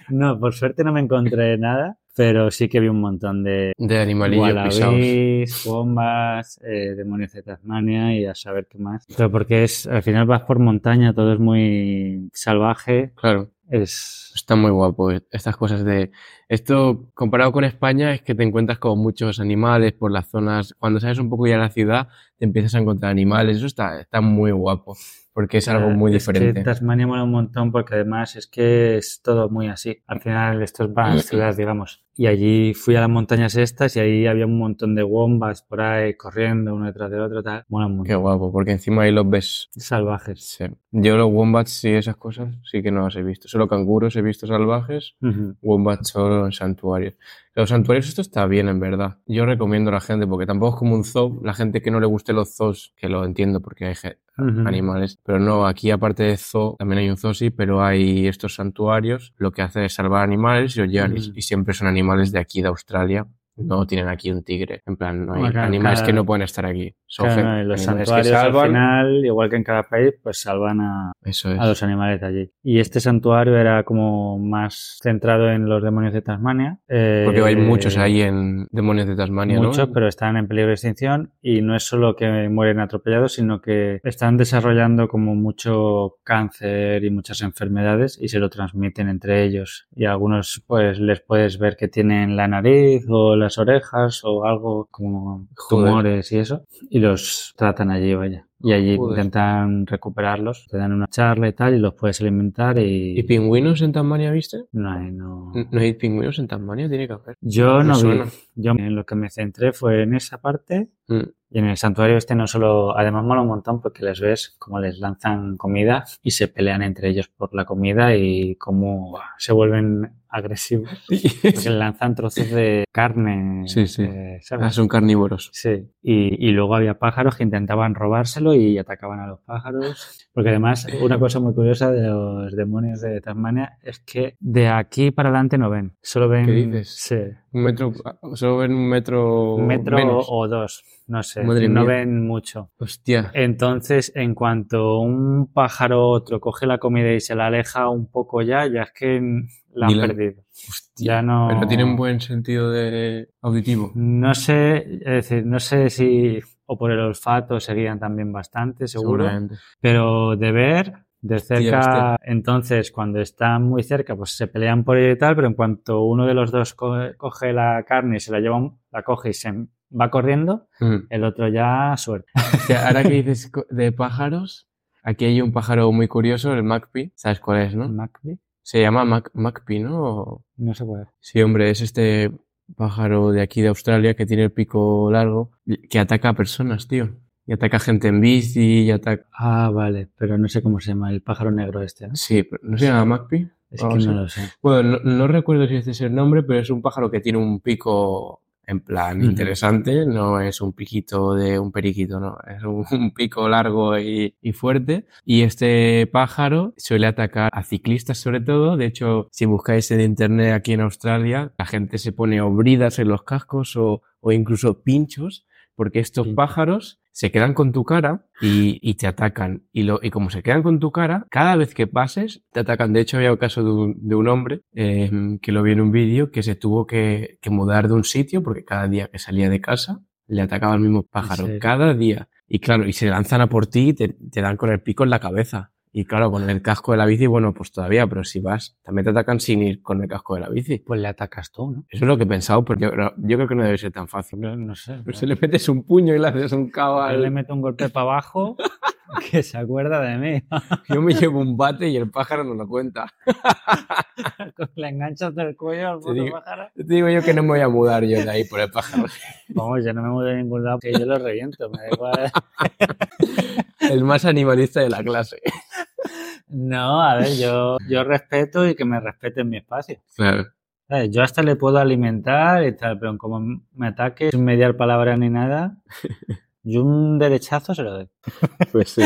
A: No, por suerte no me encontré nada, pero sí que vi un montón de
B: De animalillos pisados.
A: wallabies, bombas, eh, demonios de Tasmania y a saber qué más. Pero porque es, al final vas por montaña, todo es muy salvaje,
B: Claro,
A: es...
B: está muy guapo. eh, Estas cosas de. Esto, comparado con España, es que te encuentras con muchos animales por las zonas. Cuando sales un poco ya a la ciudad, te empiezas a encontrar animales. Eso está, está muy guapo. Porque es algo muy
A: Ah, Es que
B: diferente.
A: Tasmania mola un montón porque además es que es todo muy así. Al final esto es más ciudad, digamos. Y allí fui a las montañas estas y ahí había un montón de wombas por ahí corriendo uno detrás del otro, tal. Mola un
B: Qué
A: montón.
B: guapo, porque encima ahí los ves
A: Salvajes.
B: Sí. Yo los wombats y esas cosas sí que no las he visto. Solo canguros he visto salvajes,
A: Ujú.
B: wombats solo en santuarios. Los santuarios esto está bien, en verdad. Yo recomiendo a la gente, porque tampoco es como un zoo. La gente que no le guste los zoos, que lo entiendo porque hay ge-
A: Ujú.
B: animales. Pero no, aquí aparte de zoo, también hay un zoo, sí, pero hay estos santuarios. Lo que hace es salvar animales y los llevan. y-
A: Mm.
B: Y siempre son animales de aquí, de Australia. No tienen aquí un tigre. En plan, no hay
A: Bueno, claro,
B: animales que
A: cada-
B: no pueden estar aquí. Son
A: Claro,
B: fe-
A: no, y los
B: animales que
A: santuarios al
B: salvan.
A: final, igual que en cada país, pues salvan a,
B: Eso es.
A: a los animales de allí. Y este santuario era como más centrado en los demonios de Tasmania. Eh,
B: Porque hay muchos ahí en Demonios de Tasmania,
A: Muchos,
B: ¿no?
A: pero están en peligro de extinción y no es solo que mueren atropellados, sino que están desarrollando como mucho cáncer y muchas enfermedades y se lo transmiten entre ellos. Y a algunos pues les puedes ver que tienen la nariz o las orejas o algo como
B: Joder.
A: tumores y eso y los tratan allí, vaya. Y allí
B: Joder.
A: intentan recuperarlos, te dan una charla y tal y los puedes alimentar y...
B: ¿Y pingüinos en Tasmania, viste?
A: no, hay- no...
B: N- ¿No hay pingüinos en Tasmania? Tiene que haber.
A: Yo
B: Me
A: no vi.
B: suena.
A: Yo en lo que me centré fue en esa parte
B: Mm.
A: y en el santuario este no solo, además mola un montón porque les ves como les lanzan comida y se pelean entre ellos por la comida y cómo se vuelven agresivos. Porque lanzan trozos de carne,
B: Sí, sí.
A: eh, ¿sabes?
B: Ah, son carnívoros.
A: Sí. Y, y luego había pájaros que intentaban robárselo y atacaban a los pájaros. Porque además, una cosa muy curiosa de los demonios de Tasmania es que de aquí para adelante no ven. Solo ven.
B: ¿Qué dices?
A: Sí.
B: Un metro, ah, solo ven un metro,
A: Un metro
B: Mm, menos.
A: o dos, no sé,
B: Madre
A: no
B: mía.
A: ven mucho.
B: Hostia,
A: Entonces, en cuanto un pájaro u otro coge la comida y se la aleja un poco ya, ya es que la
B: Ni
A: han
B: la-
A: perdido. Ya no. Mm,
B: pero tienen buen sentido de auditivo.
A: No sé, es decir, no sé si o por el olfato seguían también bastante, seguro.
B: seguramente.
A: Pero de ver, de cerca,
B: hostia.
A: entonces cuando están muy cerca, pues se pelean por ello y tal, pero en cuanto uno de los dos co- coge la carne y se la lleva, un- la coge y se va corriendo,
B: Mm.
A: el otro ya suerte.
B: Hostia, ahora que dices co- de pájaros, aquí hay un pájaro muy curioso, el Macpi. ¿Sabes cuál es,
A: Mm.
B: no?
A: Macbeth,
B: Se llama Mac Macpi, ¿no? O-
A: no se puede.
B: Sí, hombre, es este pájaro de aquí de Australia que tiene el pico largo, y- que ataca a personas, tío. Y ataca a gente en bici, y ataca...
A: Ah, vale, pero no sé cómo se llama el pájaro negro este. ¿no?
B: Sí, pero ¿no se llama Magpie?
A: Es
B: Ah,
A: que
B: sí.
A: no lo sé.
B: Bueno, no, no recuerdo si este es el nombre, pero es un pájaro que tiene un pico en plan
A: Ujú.
B: interesante, no es un piquito de un periquito, no, es un, un pico largo y, y fuerte. Y este pájaro suele atacar a ciclistas sobre todo, de hecho, si buscáis en internet aquí en Australia, la gente se pone o bridas en los cascos o, o incluso pinchos, porque estos
A: Pinchos.
B: pájaros se quedan con tu cara y, y te atacan. Y, lo, y como se quedan con tu cara, cada vez que pases, te atacan. De hecho, había un caso de un, de un hombre eh, que lo vi en un vídeo que se tuvo que, que mudar de un sitio porque cada día que salía de casa le atacaba el mismo pájaro.
A: serio?
B: Cada día. Y claro, y se lanzan a por ti y te, te dan con el pico en la cabeza. Y claro, con el casco de la bici, bueno, pues todavía, pero si vas, también te atacan sin ir con el casco de la bici.
A: Pues le atacas tú, ¿no?
B: Eso es lo que he pensado, pero yo, yo creo que no debe ser tan fácil.
A: No, no sé.
B: Pero si le metes un puño y le haces un cabo
A: Yo le
B: al...
A: meto un golpe para abajo que se acuerda de mí.
B: Yo me llevo un bate y el pájaro no lo cuenta.
A: Le enganchas del cuello al
B: Te
A: puto
B: digo-
A: pájaro.
B: Yo Te digo yo que no me voy a mudar yo de ahí por el pájaro.
A: Vamos, yo no me mudo de ningún lado porque yo lo reviento. Me da igual.
B: El más animalista de la clase.
A: No, a ver, yo, yo respeto y que me respeten mi espacio.
B: Claro.
A: ¿Sabes? Yo hasta le puedo alimentar y tal, pero como me ataque sin mediar palabra ni nada, yo un derechazo se lo doy.
B: Pues sí.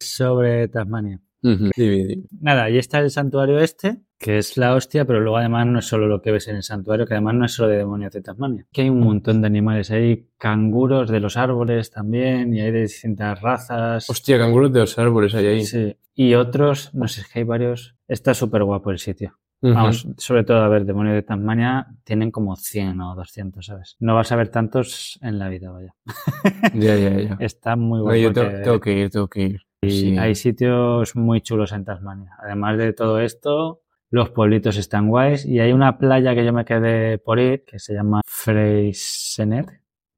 A: Sobre Tasmania.
B: Ujú. Dime, dime.
A: Nada, y está el santuario este, que es la hostia, pero luego además no es solo lo que ves en el santuario, que además no es solo de demonios de Tasmania. Que hay un montón de animales, hay canguros de los árboles también, y hay de distintas razas.
B: Hostia, canguros de los árboles hay ahí.
A: Sí. Y otros, no sé, es que hay varios. Está súper guapo el sitio.
B: Ujú.
A: Vamos, sobre todo, a ver, demonios de Tasmania tienen como 100 o 200, ¿sabes? No vas a ver tantos en la vida, vaya.
B: Ya, ya, ya.
A: Está muy
B: No,
A: guapo.
B: yo te-
A: porque-
B: tengo que ir, tengo que ir. Sí.
A: hay sitios muy chulos en Tasmania. Además de todo esto, los pueblitos están guays y hay una playa que yo me quedé por ir que se llama Freysenet,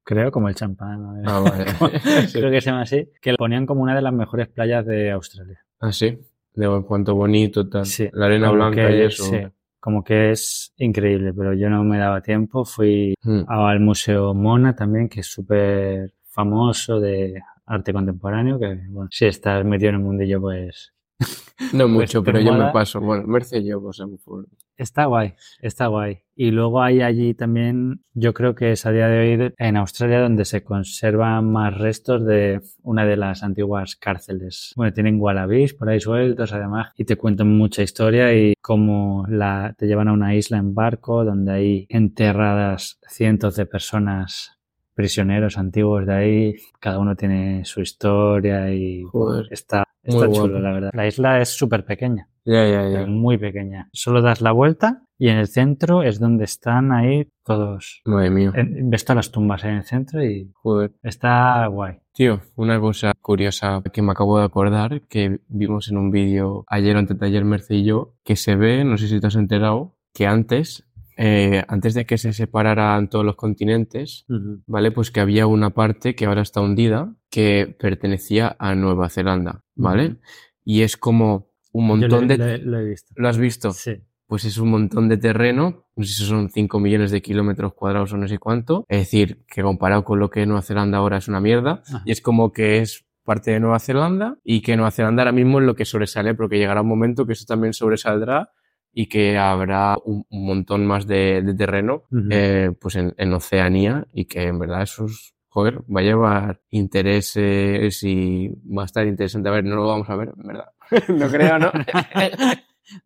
A: creo, como el champán. ¿no?
B: Ah, vale. Sí.
A: Creo que se llama así, que la ponían como una de las mejores playas de Australia.
B: Ah, sí. De cuanto bonito, tal.
A: Sí,
B: La arena
A: como
B: blanca
A: que-
B: y eso.
A: sí, como que es increíble, pero yo no me daba tiempo. Fui
B: Mm.
A: al Museo Mona también, que es súper famoso de arte contemporáneo, que bueno, si estás metido en el mundillo, pues
B: No mucho,
A: te
B: pero yo me
A: mola.
B: paso. Bueno, Merce y yo pasamos por.
A: Está guay, está guay. Y luego hay allí también, yo creo que es a día de hoy en Australia donde se conservan más restos de una de las antiguas cárceles. Bueno, tienen wallabies por ahí sueltos además y te cuentan mucha historia y cómo la, te llevan a una isla en barco donde hay enterradas cientos de personas, prisioneros antiguos de ahí. Cada uno tiene su historia y
B: Joder.
A: está,
B: Muy
A: está
B: guapo.
A: chulo, la verdad. La isla es súper pequeña
B: Ya, ya,
A: pero
B: ya.
A: muy pequeña. Solo das la vuelta y en el centro es donde están ahí todos.
B: Madre mía.
A: En- Ves todas las tumbas en el centro y
B: Joder.
A: está guay.
B: Tío, una cosa curiosa que me acabo de acordar, que vimos en un vídeo ayer o antes de ayer, Merce y yo, que se ve, no sé si te has enterado, que antes, eh, antes de que se separaran todos los continentes, ¿vale? Pues que había una parte que ahora está hundida, que pertenecía a Nueva Zelanda, ¿vale?
A: Ujú.
B: Y es como un
A: Yo lo,
B: montón de...
A: lo- lo he visto.
B: ¿Lo has visto?
A: Sí.
B: pues es un montón de terreno, no sé si son 5 millones de kilómetros cuadrados o no sé cuánto, es decir, que comparado con lo que es Nueva Zelanda ahora es una mierda,
A: Ajá.
B: y es como que es parte de Nueva Zelanda y que Nueva Zelanda ahora mismo es lo que sobresale, porque llegará un momento que eso también sobresaldrá y que habrá un, un montón más de, de terreno
A: Ujú.
B: eh, pues en, en Oceanía y que en verdad eso es, joder, va a llevar intereses y va a estar interesante. A ver, no lo vamos a ver, en verdad. no creo, ¿no?
A: Difícil,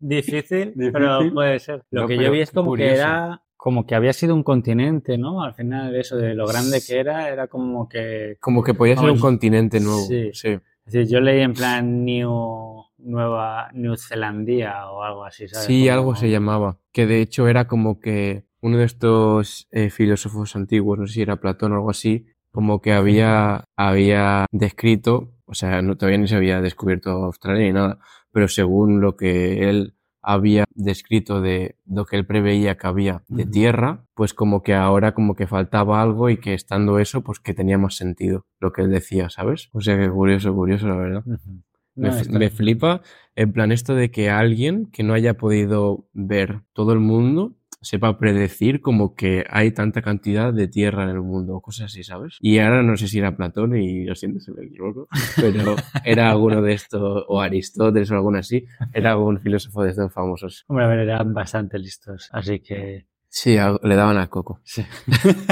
B: Difícil.
A: pero puede ser. Lo
B: No,
A: que
B: pero
A: yo vi es
B: qué
A: como que
B: curioso.
A: era como que había sido un continente, ¿no? Al final eso de lo grande que era era como que
B: Como que podía ser
A: Vamos,
B: un continente nuevo.
A: sí.
B: sí.
A: es decir, yo leí en plan New Nueva New Zelandia o algo así, ¿sabes?
B: Sí,
A: Como-
B: algo se llamaba. Que de hecho era como que uno de estos eh, filósofos antiguos, no sé si era Platón o algo así, como que había, había descrito, o sea, no, todavía ni se había descubierto Australia ni nada, pero según lo que él había descrito de lo que él preveía que había de
A: Ujú.
B: tierra, pues como que ahora como que faltaba algo y que estando eso, pues que tenía más sentido lo que él decía, ¿sabes? O sea que curioso, curioso, la verdad.
A: Ujú.
B: Me,
A: No,
B: f-
A: está
B: me
A: bien.
B: flipa en plan esto de que alguien que no haya podido ver todo el mundo sepa predecir como que hay tanta cantidad de tierra en el mundo, cosas así, ¿sabes? Y ahora no sé si era Platón y lo siento si me equivoco, pero era alguno de estos, o Aristóteles o alguno así, era algún filósofo de estos famosos.
A: Hombre, a ver, eran bastante listos, así que
B: Sí, a- le daban al coco.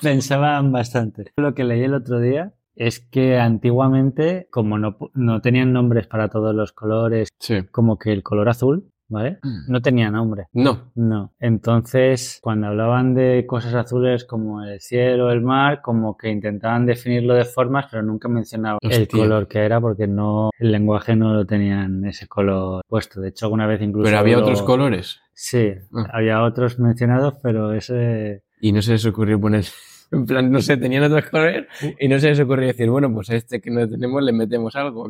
A: pensaban bastante. Lo que leí el otro día es que antiguamente, como no, pu- no tenían nombres para todos los colores,
B: Sí.
A: como que el color azul, ¿vale?
B: Mm.
A: No tenía nombre.
B: No.
A: No. Entonces, cuando hablaban de cosas azules como el cielo, el mar, como que intentaban definirlo de formas, pero nunca mencionaban el
B: Hostia.
A: color que era porque no, el lenguaje no lo tenían ese color puesto. De hecho, alguna vez incluso.
B: Pero había
A: lo-
B: otros colores.
A: Sí,
B: Ah.
A: había otros mencionados, pero ese
B: Y no se les ocurrió poner En plan, no sé, tenían otras correr y no se les ocurrió decir, bueno, pues a este que no tenemos le metemos algo.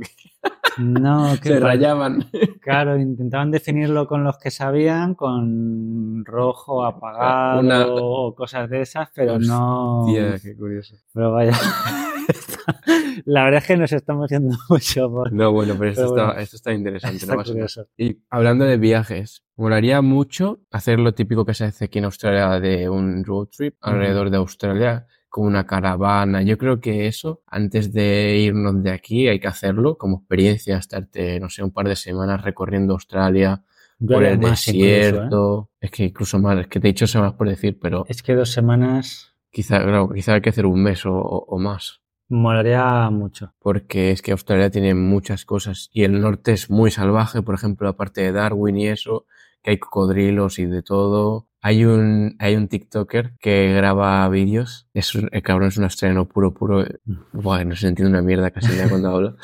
A: No,
B: se
A: qué guay.
B: rayaban.
A: Claro, intentaban definirlo con los que sabían, con rojo, apagado
B: Ah, Una-
A: o cosas de esas, pero no.
B: Tía, qué curioso.
A: Pero vaya. La verdad es que nos estamos yendo mucho por.
B: No, bueno, pero esto,
A: Pero bueno.
B: está, esto está interesante. no
A: Está
B: pasa nada.
A: curioso.
B: Y hablando de viajes, molaría mucho hacer lo típico que se hace aquí en Australia de un road trip alrededor de Australia con una caravana. Yo creo que eso, antes de irnos de aquí, hay que hacerlo como experiencia, estarte, no sé, un par de semanas recorriendo Australia por
A: Duele
B: el
A: más incluso, ¿eh?
B: desierto. Es que incluso más, es que te he dicho semanas por decir, pero
A: Es que dos semanas
B: quizá, claro, quizá hay que hacer un mes o- o- o más
A: molaría mucho.
B: porque es que Australia tiene muchas cosas y el norte es muy salvaje, por ejemplo, la parte de Darwin y eso, que hay cocodrilos y de todo. Hay un, hay un TikToker que graba vídeos, es un- el cabrón es un australiano puro, puro, bueno, no se entiende una mierda casi nada cuando habla,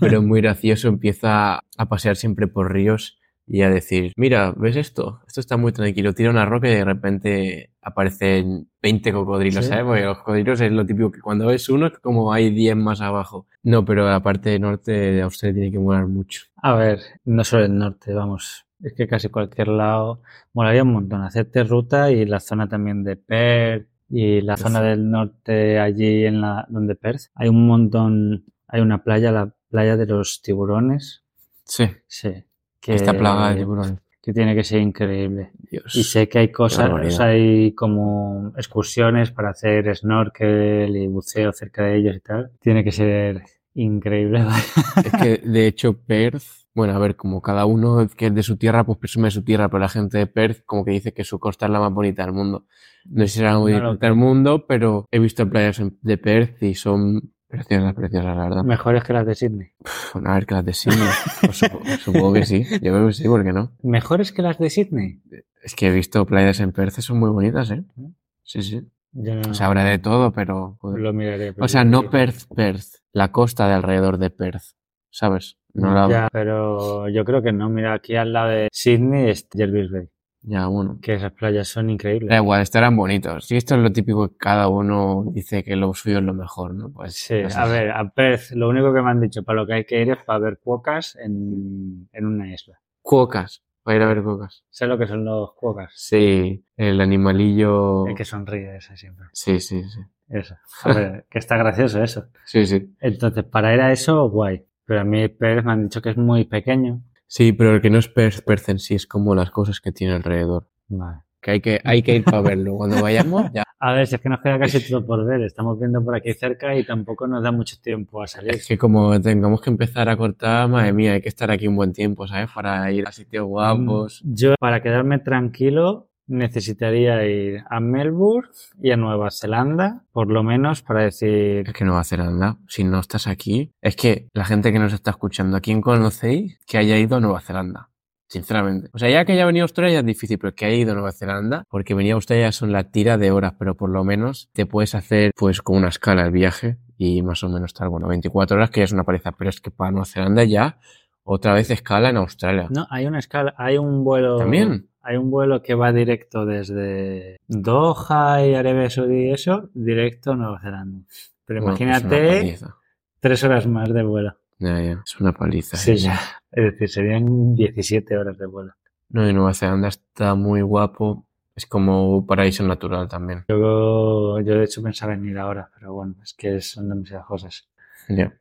B: pero es muy gracioso, empieza a pasear siempre por ríos y a decir, mira, ¿ves esto? Esto está muy tranquilo, tira una roca y de repente aparecen 20 cocodrilos,
A: Sí.
B: ¿sabes? Porque los cocodrilos es lo típico que cuando ves uno es como hay 10 más abajo. No, pero la parte norte de Australia tiene que molar mucho.
A: A ver, no solo el norte, vamos. Es que casi cualquier lado molaría un montón. Hacerte ruta y la zona también de Perth y la
B: Sí.
A: zona del norte allí en la donde Perth. Hay un montón, hay una playa, la playa de los tiburones.
B: Sí,
A: Sí. Que,
B: esta plaga de tiburón.
A: Que tiene que ser increíble.
B: Eh, Dios.
A: Y sé que hay cosas, o
B: barbaridad.
A: sea, hay como excursiones para hacer snorkel y buceo cerca de ellos y tal. Tiene que ser increíble.
B: Ah. Es que, de hecho, Perth, bueno, a ver, como cada uno que es de su tierra, pues presume de su tierra, pero la gente de Perth como que dice que su costa es la más bonita del mundo. No sé si será la más
A: No lo
B: bonita del mundo, pero he visto playas en- de Perth y son preciosas, preciosas, la verdad.
A: Mejores que las de Sydney.
B: Pf, a ver, que las de Sydney. Pues supo- supongo que sí. Yo creo que sí, ¿por qué no?
A: ¿Mejores que las de Sydney?
B: Es que he visto playas en Perth, son muy bonitas, ¿eh?
A: ¿Mm?
B: Sí, sí.
A: Yo no
B: O sea, habrá de todo, pero... joder.
A: lo miraré.
B: O
A: porque
B: sea, no
A: sí.
B: Perth, Perth. La costa de alrededor de Perth, ¿sabes? No la...
A: Mm, Ya, pero yo creo que no. Mira, aquí al lado de Sydney es Jervis Bay,
B: ya bueno.
A: que esas playas son increíbles.
B: Da igual, estarán bonitos. Y esto es lo típico que cada uno dice que lo suyo es lo mejor, ¿no? Pues
A: Sí,
B: no sé.
A: a ver, a Perth, lo único que me han dicho para lo que hay que ir es para ver cuocas en, en una isla.
B: Cuocas. Para ir a ver cuocas.
A: ¿Sabes lo que son los cuocas?
B: Sí, el animalillo.
A: El que sonríe ese siempre.
B: Sí, sí, sí.
A: Eso. A ver, que está gracioso eso.
B: Sí, sí.
A: Entonces, para ir a eso, guay. Pero a mí Perth me han dicho que es muy pequeño.
B: Sí, pero el que no es Perth, Perth en sí es como las cosas que tiene alrededor.
A: Vale.
B: Que hay que, hay que ir para verlo. Cuando vayamos, ya.
A: A ver, si es que nos queda casi todo por ver. Estamos viendo por aquí cerca y tampoco nos da mucho tiempo a salir.
B: Es que como tengamos que empezar a cortar, madre mía, hay que estar aquí un buen tiempo, ¿sabes? Para ir a sitios
A: Mm.
B: guapos.
A: Yo, para quedarme tranquilo, necesitaría ir a Melbourne y a Nueva Zelanda, por lo menos para decir,
B: Es que no va a hacer nada. Si no estás aquí, es que la gente que nos está escuchando, ¿a quién conocéis que haya ido a Nueva Zelanda? Sinceramente. O sea, ya que haya venido a Australia es difícil, pero que haya ido a Nueva Zelanda, porque venir a Australia son la tira de horas, pero por lo menos te puedes hacer pues con una escala el viaje y más o menos tal, bueno, 24 horas que ya es una pereza, pero es que para Nueva Zelanda ya otra vez escala en Australia.
A: no, hay una escala, hay un vuelo.
B: También.
A: Hay un vuelo que va directo desde Doha y Arabia Saudí y eso, directo a Nueva Zelanda. Pero
B: Bueno, pues una
A: imagínate
B: paliza.
A: tres horas más de vuelo.
B: Ya, ya, es una paliza.
A: Sí,
B: ¿eh?
A: ya. Es decir, serían 17 horas de vuelo.
B: No, y Nueva Zelanda está muy guapo. Es como un paraíso natural también.
A: Yo, yo de hecho pensaba en ir ahora, pero bueno, es que son demasiadas cosas.
B: Ya.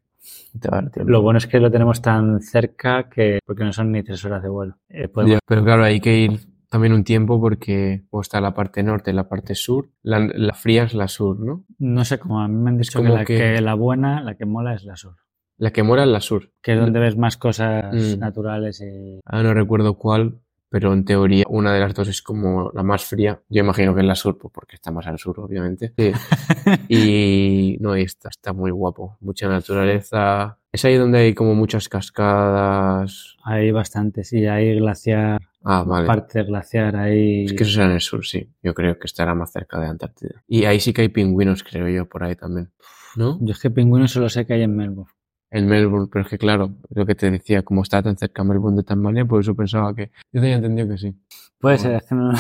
B: Te va a dar tiempo.
A: Lo bueno es que lo tenemos tan cerca que, porque no son ni tres horas de vuelo. Eh, podemos-
B: Ya, Pero claro, hay que ir también un tiempo porque o está la parte norte, la parte sur. La, la fría es la sur, ¿no?
A: no sé cómo, a mí me han dicho que
B: como
A: la,
B: que-
A: que la buena, la que mola es la sur,
B: La que mora es la sur.
A: que es donde ves más cosas
B: Mm.
A: naturales eh, y...
B: Ah, no recuerdo cuál, pero en teoría una de las dos es como la más fría. Yo imagino que es la sur, pues porque está más al sur, obviamente. Sí. Y no, y está, está muy guapo. Mucha naturaleza. Es ahí donde hay como muchas cascadas.
A: Hay bastantes y hay glaciar,
B: Ah, vale.
A: parte glaciar, hay...
B: Es que eso será en el sur, sí. Yo creo que estará más cerca de Antártida. Y ahí sí que hay pingüinos, creo yo, por ahí también. ¿No?
A: Yo es que pingüinos solo sé que hay en Melbourne.
B: En Melbourne, pero es que claro, lo que te decía, pues como está tan cerca Melbourne de Tasmania, por eso pensaba que. Yo tenía entendido que sí.
A: Puede
B: Bueno.
A: ser, es que no...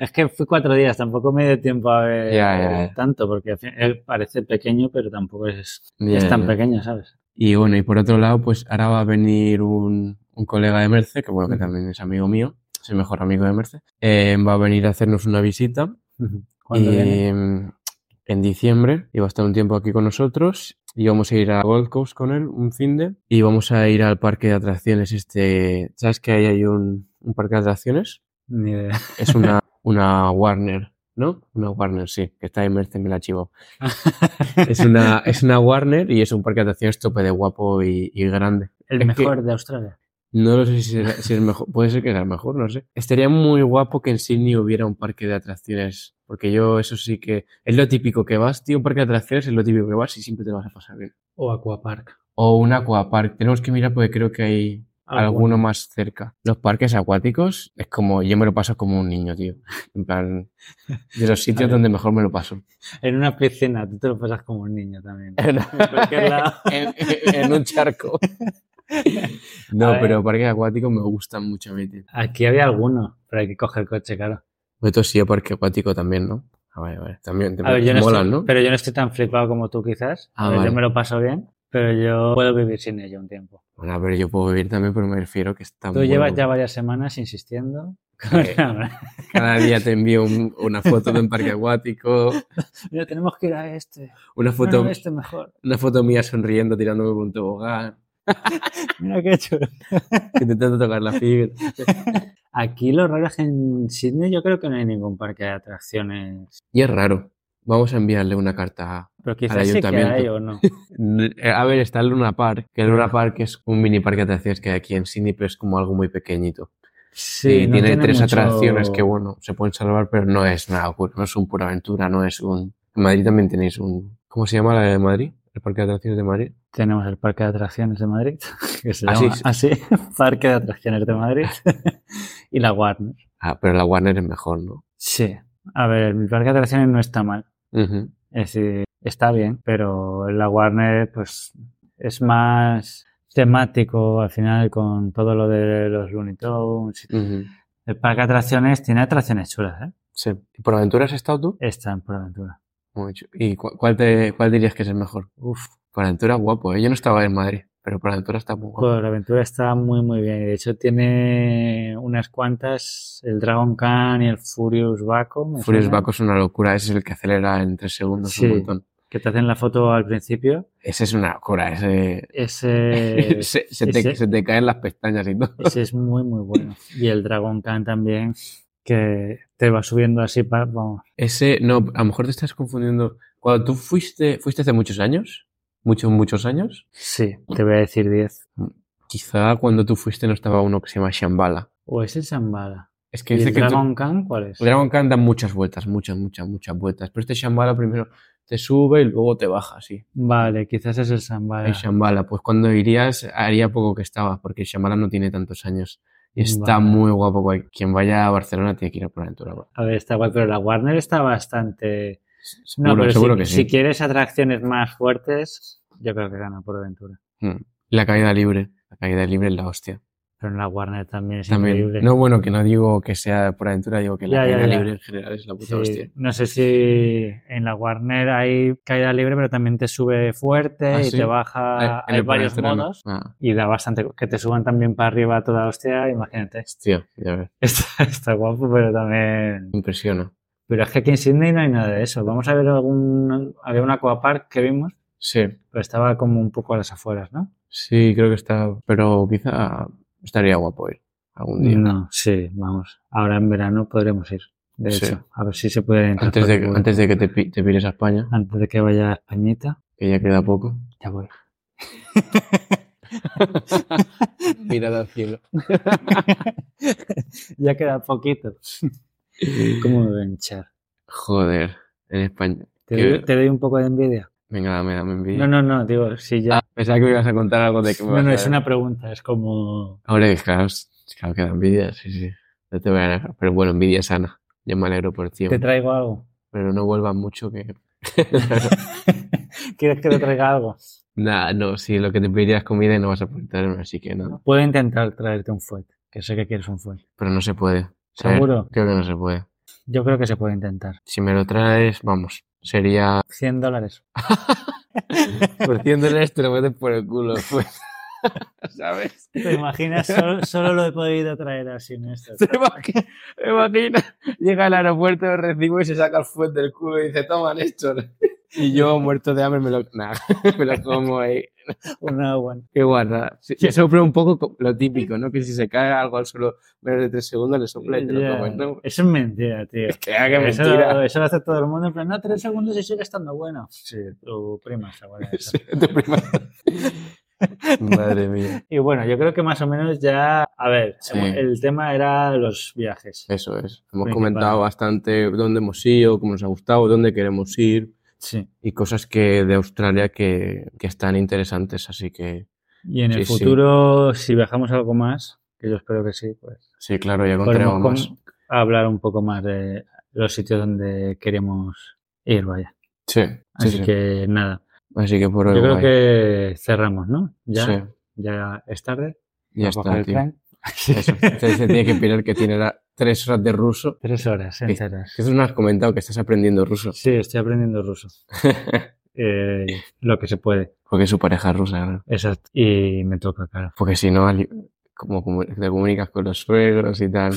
A: es que fui cuatro días, tampoco me dio tiempo a ver
B: Ya, ya, ya.
A: tanto, porque al fin- él parece pequeño, pero tampoco es,
B: Ya,
A: es tan
B: ya.
A: pequeño, ¿sabes?
B: Y bueno, y por otro lado, pues ahora va a venir un, un colega de Merce, que bueno, que
A: Ujú.
B: también es amigo mío, es el mejor amigo de Merce, eh, va a venir a hacernos una visita
A: ¿Cuándo
B: y,
A: viene?
B: mm, en diciembre y va a estar un tiempo aquí con nosotros y vamos a ir a Gold Coast con él un fin de y vamos a ir al parque de atracciones este, ¿sabes que ahí hay un, un parque de atracciones?
A: Ni idea.
B: Es una, una Warner, ¿no? Una Warner, sí, que está en Merce, me la chivo. Es una, es una Warner y es un parque de atracciones tope de guapo y, y grande.
A: El
B: es que-
A: mejor de Australia.
B: No lo sé si, será- si es mejor, puede ser que sea mejor, no sé. Estaría muy guapo que en Sydney hubiera un parque de atracciones, porque yo eso sí que es lo típico que vas, tío, un parque de atracciones es lo típico que vas y siempre te lo vas a pasar bien.
A: O Aquapark. Ah,
B: O un aquapark, tenemos que mirar porque creo que hay alguno más cerca. Los parques acuáticos es como, yo me lo paso como un niño, tío. En plan, de los sitios
A: ver.
B: donde mejor me lo paso.
A: En una piscina, tú te lo pasas como un niño también.
B: En,
A: cualquier lado.
B: en- en un charco. No,
A: ver.
B: pero parques acuáticos me gustan mucho a mí, tío.
A: Aquí había alguno, pero hay que coger coche, claro.
B: Pues Esto sí, parque acuático también, ¿no? A ver, a ver. También te
A: A ver, yo no
B: molan,
A: estoy-
B: ¿no?
A: Pero yo no estoy tan flipado como tú quizás.
B: Ah,
A: A ver,
B: vale.
A: Yo me lo paso bien, pero yo puedo vivir sin ello un tiempo.
B: Bueno, a ver, yo puedo vivir también, pero me refiero que está
A: Tú
B: muy
A: llevas
B: Ah, bueno.
A: ya varias semanas insistiendo.
B: Eh. Cada día te envío un- una foto de un parque acuático,
A: Mira, tenemos que ir a este.
B: una
A: No,
B: foto,
A: no, este mejor.
B: una foto mía sonriendo, tirándome por un tobogán,
A: Mira qué chulo.
B: intentando tocar la fibra.
A: Aquí lo raro es que en Sydney yo creo que no hay ningún parque de atracciones.
B: Y es raro. Vamos a enviarle una carta a...
A: Pero quizás sí que
B: ayuntamiento.
A: hay o no.
B: A ver, está el Luna Park, que el
A: Ah.
B: Luna Park es un mini parque de atracciones que hay aquí en Sydney, pero es como algo muy pequeñito.
A: Sí,
B: y
A: Eh, no
B: Eh, tiene, tres
A: mucho-
B: atracciones que, bueno, se pueden salvar, pero no es nada locura, no es un pura aventura, no es un... En Madrid también tenéis un... ¿Cómo se llama la de Madrid? ¿El parque de atracciones de Madrid?
A: Tenemos el Parque de Atracciones de Madrid, que se
B: Ah,
A: llama
B: sí.
A: así, Parque de Atracciones de Madrid, y la Warner.
B: Ah, pero la Warner es mejor, ¿no?
A: Sí, a ver, el Parque de Atracciones no está mal,
B: Ujú.
A: es decir, está bien, pero la Warner pues es más temático al final con todo lo de los Looney Tunes.
B: Ujú.
A: El Parque de Atracciones tiene atracciones chulas, ¿eh?
B: Sí. ¿Y ¿Por aventura has estado tú?
A: Está en Aventura.
B: Muy chu- ¿Y cu- cuál, te, cuál dirías que es el mejor?
A: Uf,
B: Por aventura es guapo, ¿eh? Yo no estaba en Madrid, pero por aventura está muy guapo.
A: Por aventura está muy muy bien. y De hecho tiene unas cuantas, el Dragon Khan y el Furious Baco. Pues, me
B: Furious
A: suena,
B: Baco es una locura, ese es el que acelera en tres segundos
A: Sí.
B: un montón.
A: Que te hacen la foto al principio.
B: Ese es una locura, ese...
A: Ese,
B: se, se te,
A: Eh, ese-
B: se te caen las pestañas y todo.
A: ese es muy muy bueno. Y el Dragon Khan también, que te va subiendo así para... Vamos.
B: Ese, no, a lo mejor te estás confundiendo. Cuando tú fuiste, fuiste hace muchos años, muchos, muchos años,
A: Sí, te voy a decir 10.
B: quizá cuando tú fuiste no estaba uno que se llama Shambhala.
A: O es el Zambala.
B: Es que
A: ¿Y
B: dice
A: el
B: que tú-
A: Dragon Khan cuál es?
B: el Dragon Khan da muchas vueltas, muchas, muchas, muchas vueltas. Pero este Shambhala primero te sube y luego te baja, así.
A: Vale, quizás es el
B: El
A: Zambala.
B: Shambhala, pues cuando irías haría poco que estabas, porque el Shambhala no tiene tantos años. Y está
A: Vale.
B: muy guapo. guay. Quien vaya a Barcelona tiene que ir a por aventura. guay.
A: A ver, está guay, pero la Warner está bastante... No,
B: Seguro,
A: pero
B: seguro
A: si,
B: que sí.
A: si quieres atracciones más fuertes, yo creo que gana por aventura.
B: Mm. La caída libre. La caída libre es la hostia.
A: Pero en la Warner también es
B: También.
A: increíble.
B: No, bueno, que no digo que sea por aventura, digo que la
A: Ya, ya,
B: caída
A: ya.
B: libre en general es la puta
A: Sí,
B: hostia.
A: no sé si en la Warner hay caída libre, pero también te sube fuerte
B: Ah,
A: y
B: sí.
A: te
B: Ay,
A: baja.
B: en
A: hay
B: el
A: varios
B: Panamericano.
A: modos.
B: Ah,
A: Y da bastante. Que te suban también para arriba a toda hostia, imagínate.
B: hostia, ya ves,
A: Está, está guapo, pero también.
B: impresiona.
A: Pero es que aquí en Sydney no hay nada de eso. Vamos a ver algún. Había un aquapark que vimos,
B: Sí,
A: pero estaba como un poco a las afueras, ¿no?
B: sí, creo que está, pero quizá estaría guapo ir algún día.
A: No, sí, vamos. Ahora en verano podremos ir. De
B: Sí.
A: hecho, a ver si se puede entrar
B: Antes
A: por
B: de,
A: el
B: que-
A: culo.
B: antes de que te, pi- te pires a España,
A: Antes de que vaya a Españita,
B: que ya queda poco.
A: ya voy.
B: Mirad al cielo.
A: ya queda poquito. ¿Cómo me voy a hinchar?
B: Joder, en España.
A: ¿Te
B: Qué-
A: doy, te doy un poco de envidia?
B: Venga, dame, dame
A: No,
B: envidia.
A: no, no, digo, si ya.
B: Ah, pensaba que me ibas a contar algo de que me
A: no,
B: vas
A: no,
B: a
A: es
B: dar.
A: una pregunta, es como.
B: Ahora, claro, es- claro que da envidia, sí, sí. No te voy a negar, pero bueno, envidia sana. Yo me alegro por ti.
A: ¿Te
B: hombre.
A: traigo algo?
B: Pero no vuelvas mucho que...
A: ¿Quieres que te traiga algo?
B: Nada, no, si lo que te pedirías comida y no vas a poder traerme, así que nada.
A: Puedo intentar traerte un fuet, que sé que quieres un fuet.
B: Pero no se puede.
A: ¿Seguro?
B: Creo que no se puede.
A: Yo creo que se puede intentar.
B: Si me lo traes, vamos. Sería
A: 100 dólares.
B: por 100 dólares te lo metes por el culo. Pues. ¿Sabes?
A: ¿Te imaginas? Solo, solo lo he podido traer así en esto.
B: ¿Te imagi- te imaginas? Llega al aeropuerto, lo recibo y se saca el fuete del culo y dice, toma, Néstor. Y yo, muerto de hambre, me lo, nah, me lo como ahí.
A: Una agua.
B: Qué guarda. Si- Le soplo un poco co- lo típico, ¿no? Que si se cae algo al suelo menos de tres segundos, le sopla y te lo
A: Ya.
B: comes, ¿no?
A: Eso es mentira, tío.
B: Que haga
A: eso,
B: mentira.
A: eso lo hace todo el mundo. En plan, no, tres segundos y sigue estando bueno. Sí, tu prima se acuerda de eso.
B: Tu prima- Madre mía.
A: Y bueno, yo creo que más o menos ya. A ver,
B: Sí.
A: el tema era los viajes.
B: Eso es. Hemos
A: Principal.
B: comentado bastante dónde hemos ido, cómo nos ha gustado, dónde queremos ir
A: Sí.
B: y cosas que de Australia que, que están interesantes. Así que
A: Y en el
B: Sí, sí.
A: futuro, si viajamos algo más, que yo espero que sí, pues
B: sí, claro, ya
A: podemos
B: contaremos
A: con-
B: más.
A: hablar un poco más de los sitios donde queremos ir, vaya.
B: Sí, sí,
A: Así
B: sí.
A: que nada.
B: Así que por
A: Yo
B: hoy
A: creo
B: guay.
A: que cerramos, ¿no? Ya,
B: Sí,
A: ya es tarde.
B: ya
A: a coger
B: está,
A: el
B: tío.
A: tren.
B: Eso. Entonces se tiene que pirar que tiene la- tres horas de ruso.
A: Tres horas enteras.
B: Que tú no has comentado que estás aprendiendo ruso.
A: Sí, estoy aprendiendo ruso. Eh, lo que se puede.
B: Porque su pareja es rusa, ¿no?
A: Exacto. Y me toca, claro.
B: Porque si no, ali- como comu- te comunicas con los suegros y tal.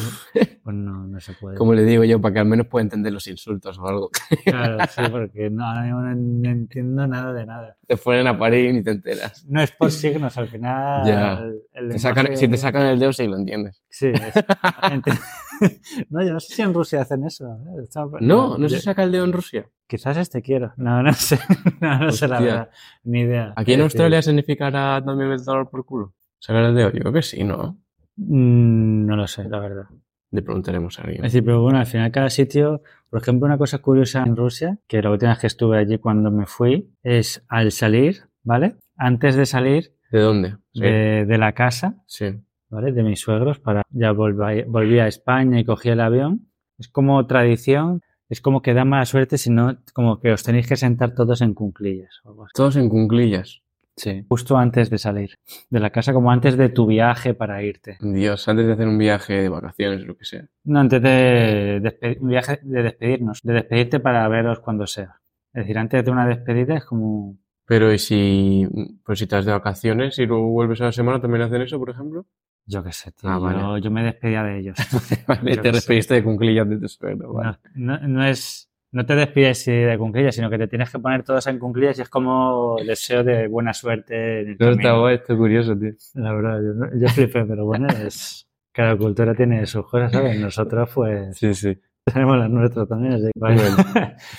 A: Pues no, no se puede.
B: Como le digo yo, para que al menos pueda entender los insultos o algo.
A: Claro, sí, porque no, ahora mismo no, no entiendo nada de nada.
B: Te ponen a parir y ni te enteras.
A: No es por signos, al final.
B: Ya.
A: el- el
B: Te
A: lenguaje-
B: sacan- si te sacan el dedo, sí lo entiendes.
A: Sí. es- enti- no, yo no sé si en Rusia hacen eso. ¿eh? Estaba-
B: No, no se
A: yo-
B: saca el dedo en Rusia.
A: Quizás este quiero. No, no sé. No, no sé la
B: Hostia.
A: verdad. Ni idea.
B: ¿Aquí en
A: Es
B: Australia
A: decir,
B: significará también el dolor por culo? ¿Sacar el dedo? Yo creo que sí, ¿no?
A: mm, no lo sé, la verdad.
B: Le preguntaremos a
A: Es
B: alguien.
A: decir, pero bueno, al final cada sitio, por ejemplo, una cosa curiosa en Rusia, que la última vez que estuve allí cuando me fui, es al salir, ¿vale? Antes de salir
B: ¿De dónde? Sí.
A: de, de la casa,
B: sí.
A: ¿vale? De mis suegros, para ya volví, volví a España y cogí el avión. Es como tradición, es como que da mala suerte, sino como que os tenéis que sentar todos en cunclillas. o algo así.
B: Todos en cunclillas. Sí.
A: Justo antes de salir de la casa, como antes de tu viaje para irte.
B: Dios, antes de hacer un viaje de vacaciones, lo que sea.
A: No, antes de, despe- un viaje, de despedirnos, de despedirte para veros cuando sea. Es decir, antes de una despedida es como...
B: Pero ¿y si, pues si estás de vacaciones y luego vuelves a la semana, también hacen eso, por ejemplo?
A: Yo qué sé, tío.
B: Ah, vale.
A: yo, yo me despedía de ellos.
B: Vale,
A: Yo
B: te
A: qué sé.
B: despediste de cunclillas de tu suegro, vale.
A: No, no- no es... No te despides sí, de cunclillas, sino que te tienes que poner todos en cunclillas y es como deseo de buena suerte. en el
B: No, está
A: camino.
B: guay, está curioso, tío.
A: La verdad, yo, no- yo flipé, pero bueno, es... Cada cultura tiene sus cosas, ¿sabes? Nosotros pues
B: Sí, sí.
A: tenemos las nuestras también. así que-
B: Bueno.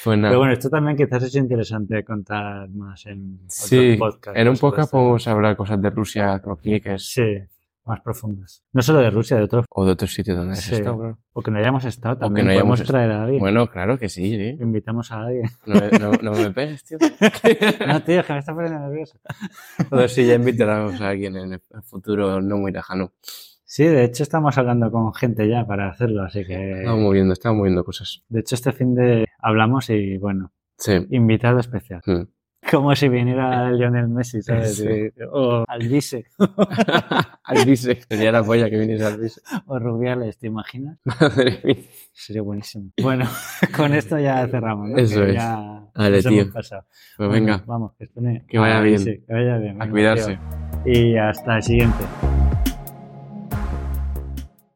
B: Pues nada.
A: Pero bueno, esto también quizás es interesante contar más en otros
B: Sí,
A: podcasts,
B: en un
A: por
B: podcast
A: supuesto.
B: podemos hablar cosas de Rusia, croquis
A: Sí, más profundas. No solo de Rusia, de otros.
B: o de otros sitios donde has
A: Sí.
B: estado, claro.
A: O que no hayamos estado,
B: que
A: también
B: no hayamos
A: podemos
B: estado.
A: traer a alguien.
B: Bueno, claro que sí, sí.
A: Invitamos a alguien.
B: No, me- no- no me pegues, tío.
A: No, tío, que me está poniendo nervioso.
B: Entonces sí, ya invitaremos a alguien en el futuro no muy lejano.
A: Sí, de hecho estamos hablando con gente ya para hacerlo, así que...
B: Estamos moviendo, estamos moviendo cosas.
A: De hecho, este fin de hablamos y, bueno,
B: Sí.
A: invitado especial.
B: Mm.
A: Como si viniera Lionel Messi, ¿sabes?
B: Sí.
A: O Alvise,
B: al Bise. Sería la polla que viniese al Bise.
A: o Rubiales, ¿te imaginas?
B: Madre mía.
A: Sería buenísimo. Bueno, con esto ya cerramos, ¿no?
B: Eso
A: Que
B: es.
A: ya
B: Vale,
A: nos hemos
B: tío.
A: pasado.
B: Pues
A: Bueno,
B: venga,
A: Vamos, que, esto me-
B: Que vaya
A: Ah,
B: bien.
A: sí, que vaya bien.
B: a
A: venga,
B: cuidarse.
A: tío. Y hasta el siguiente.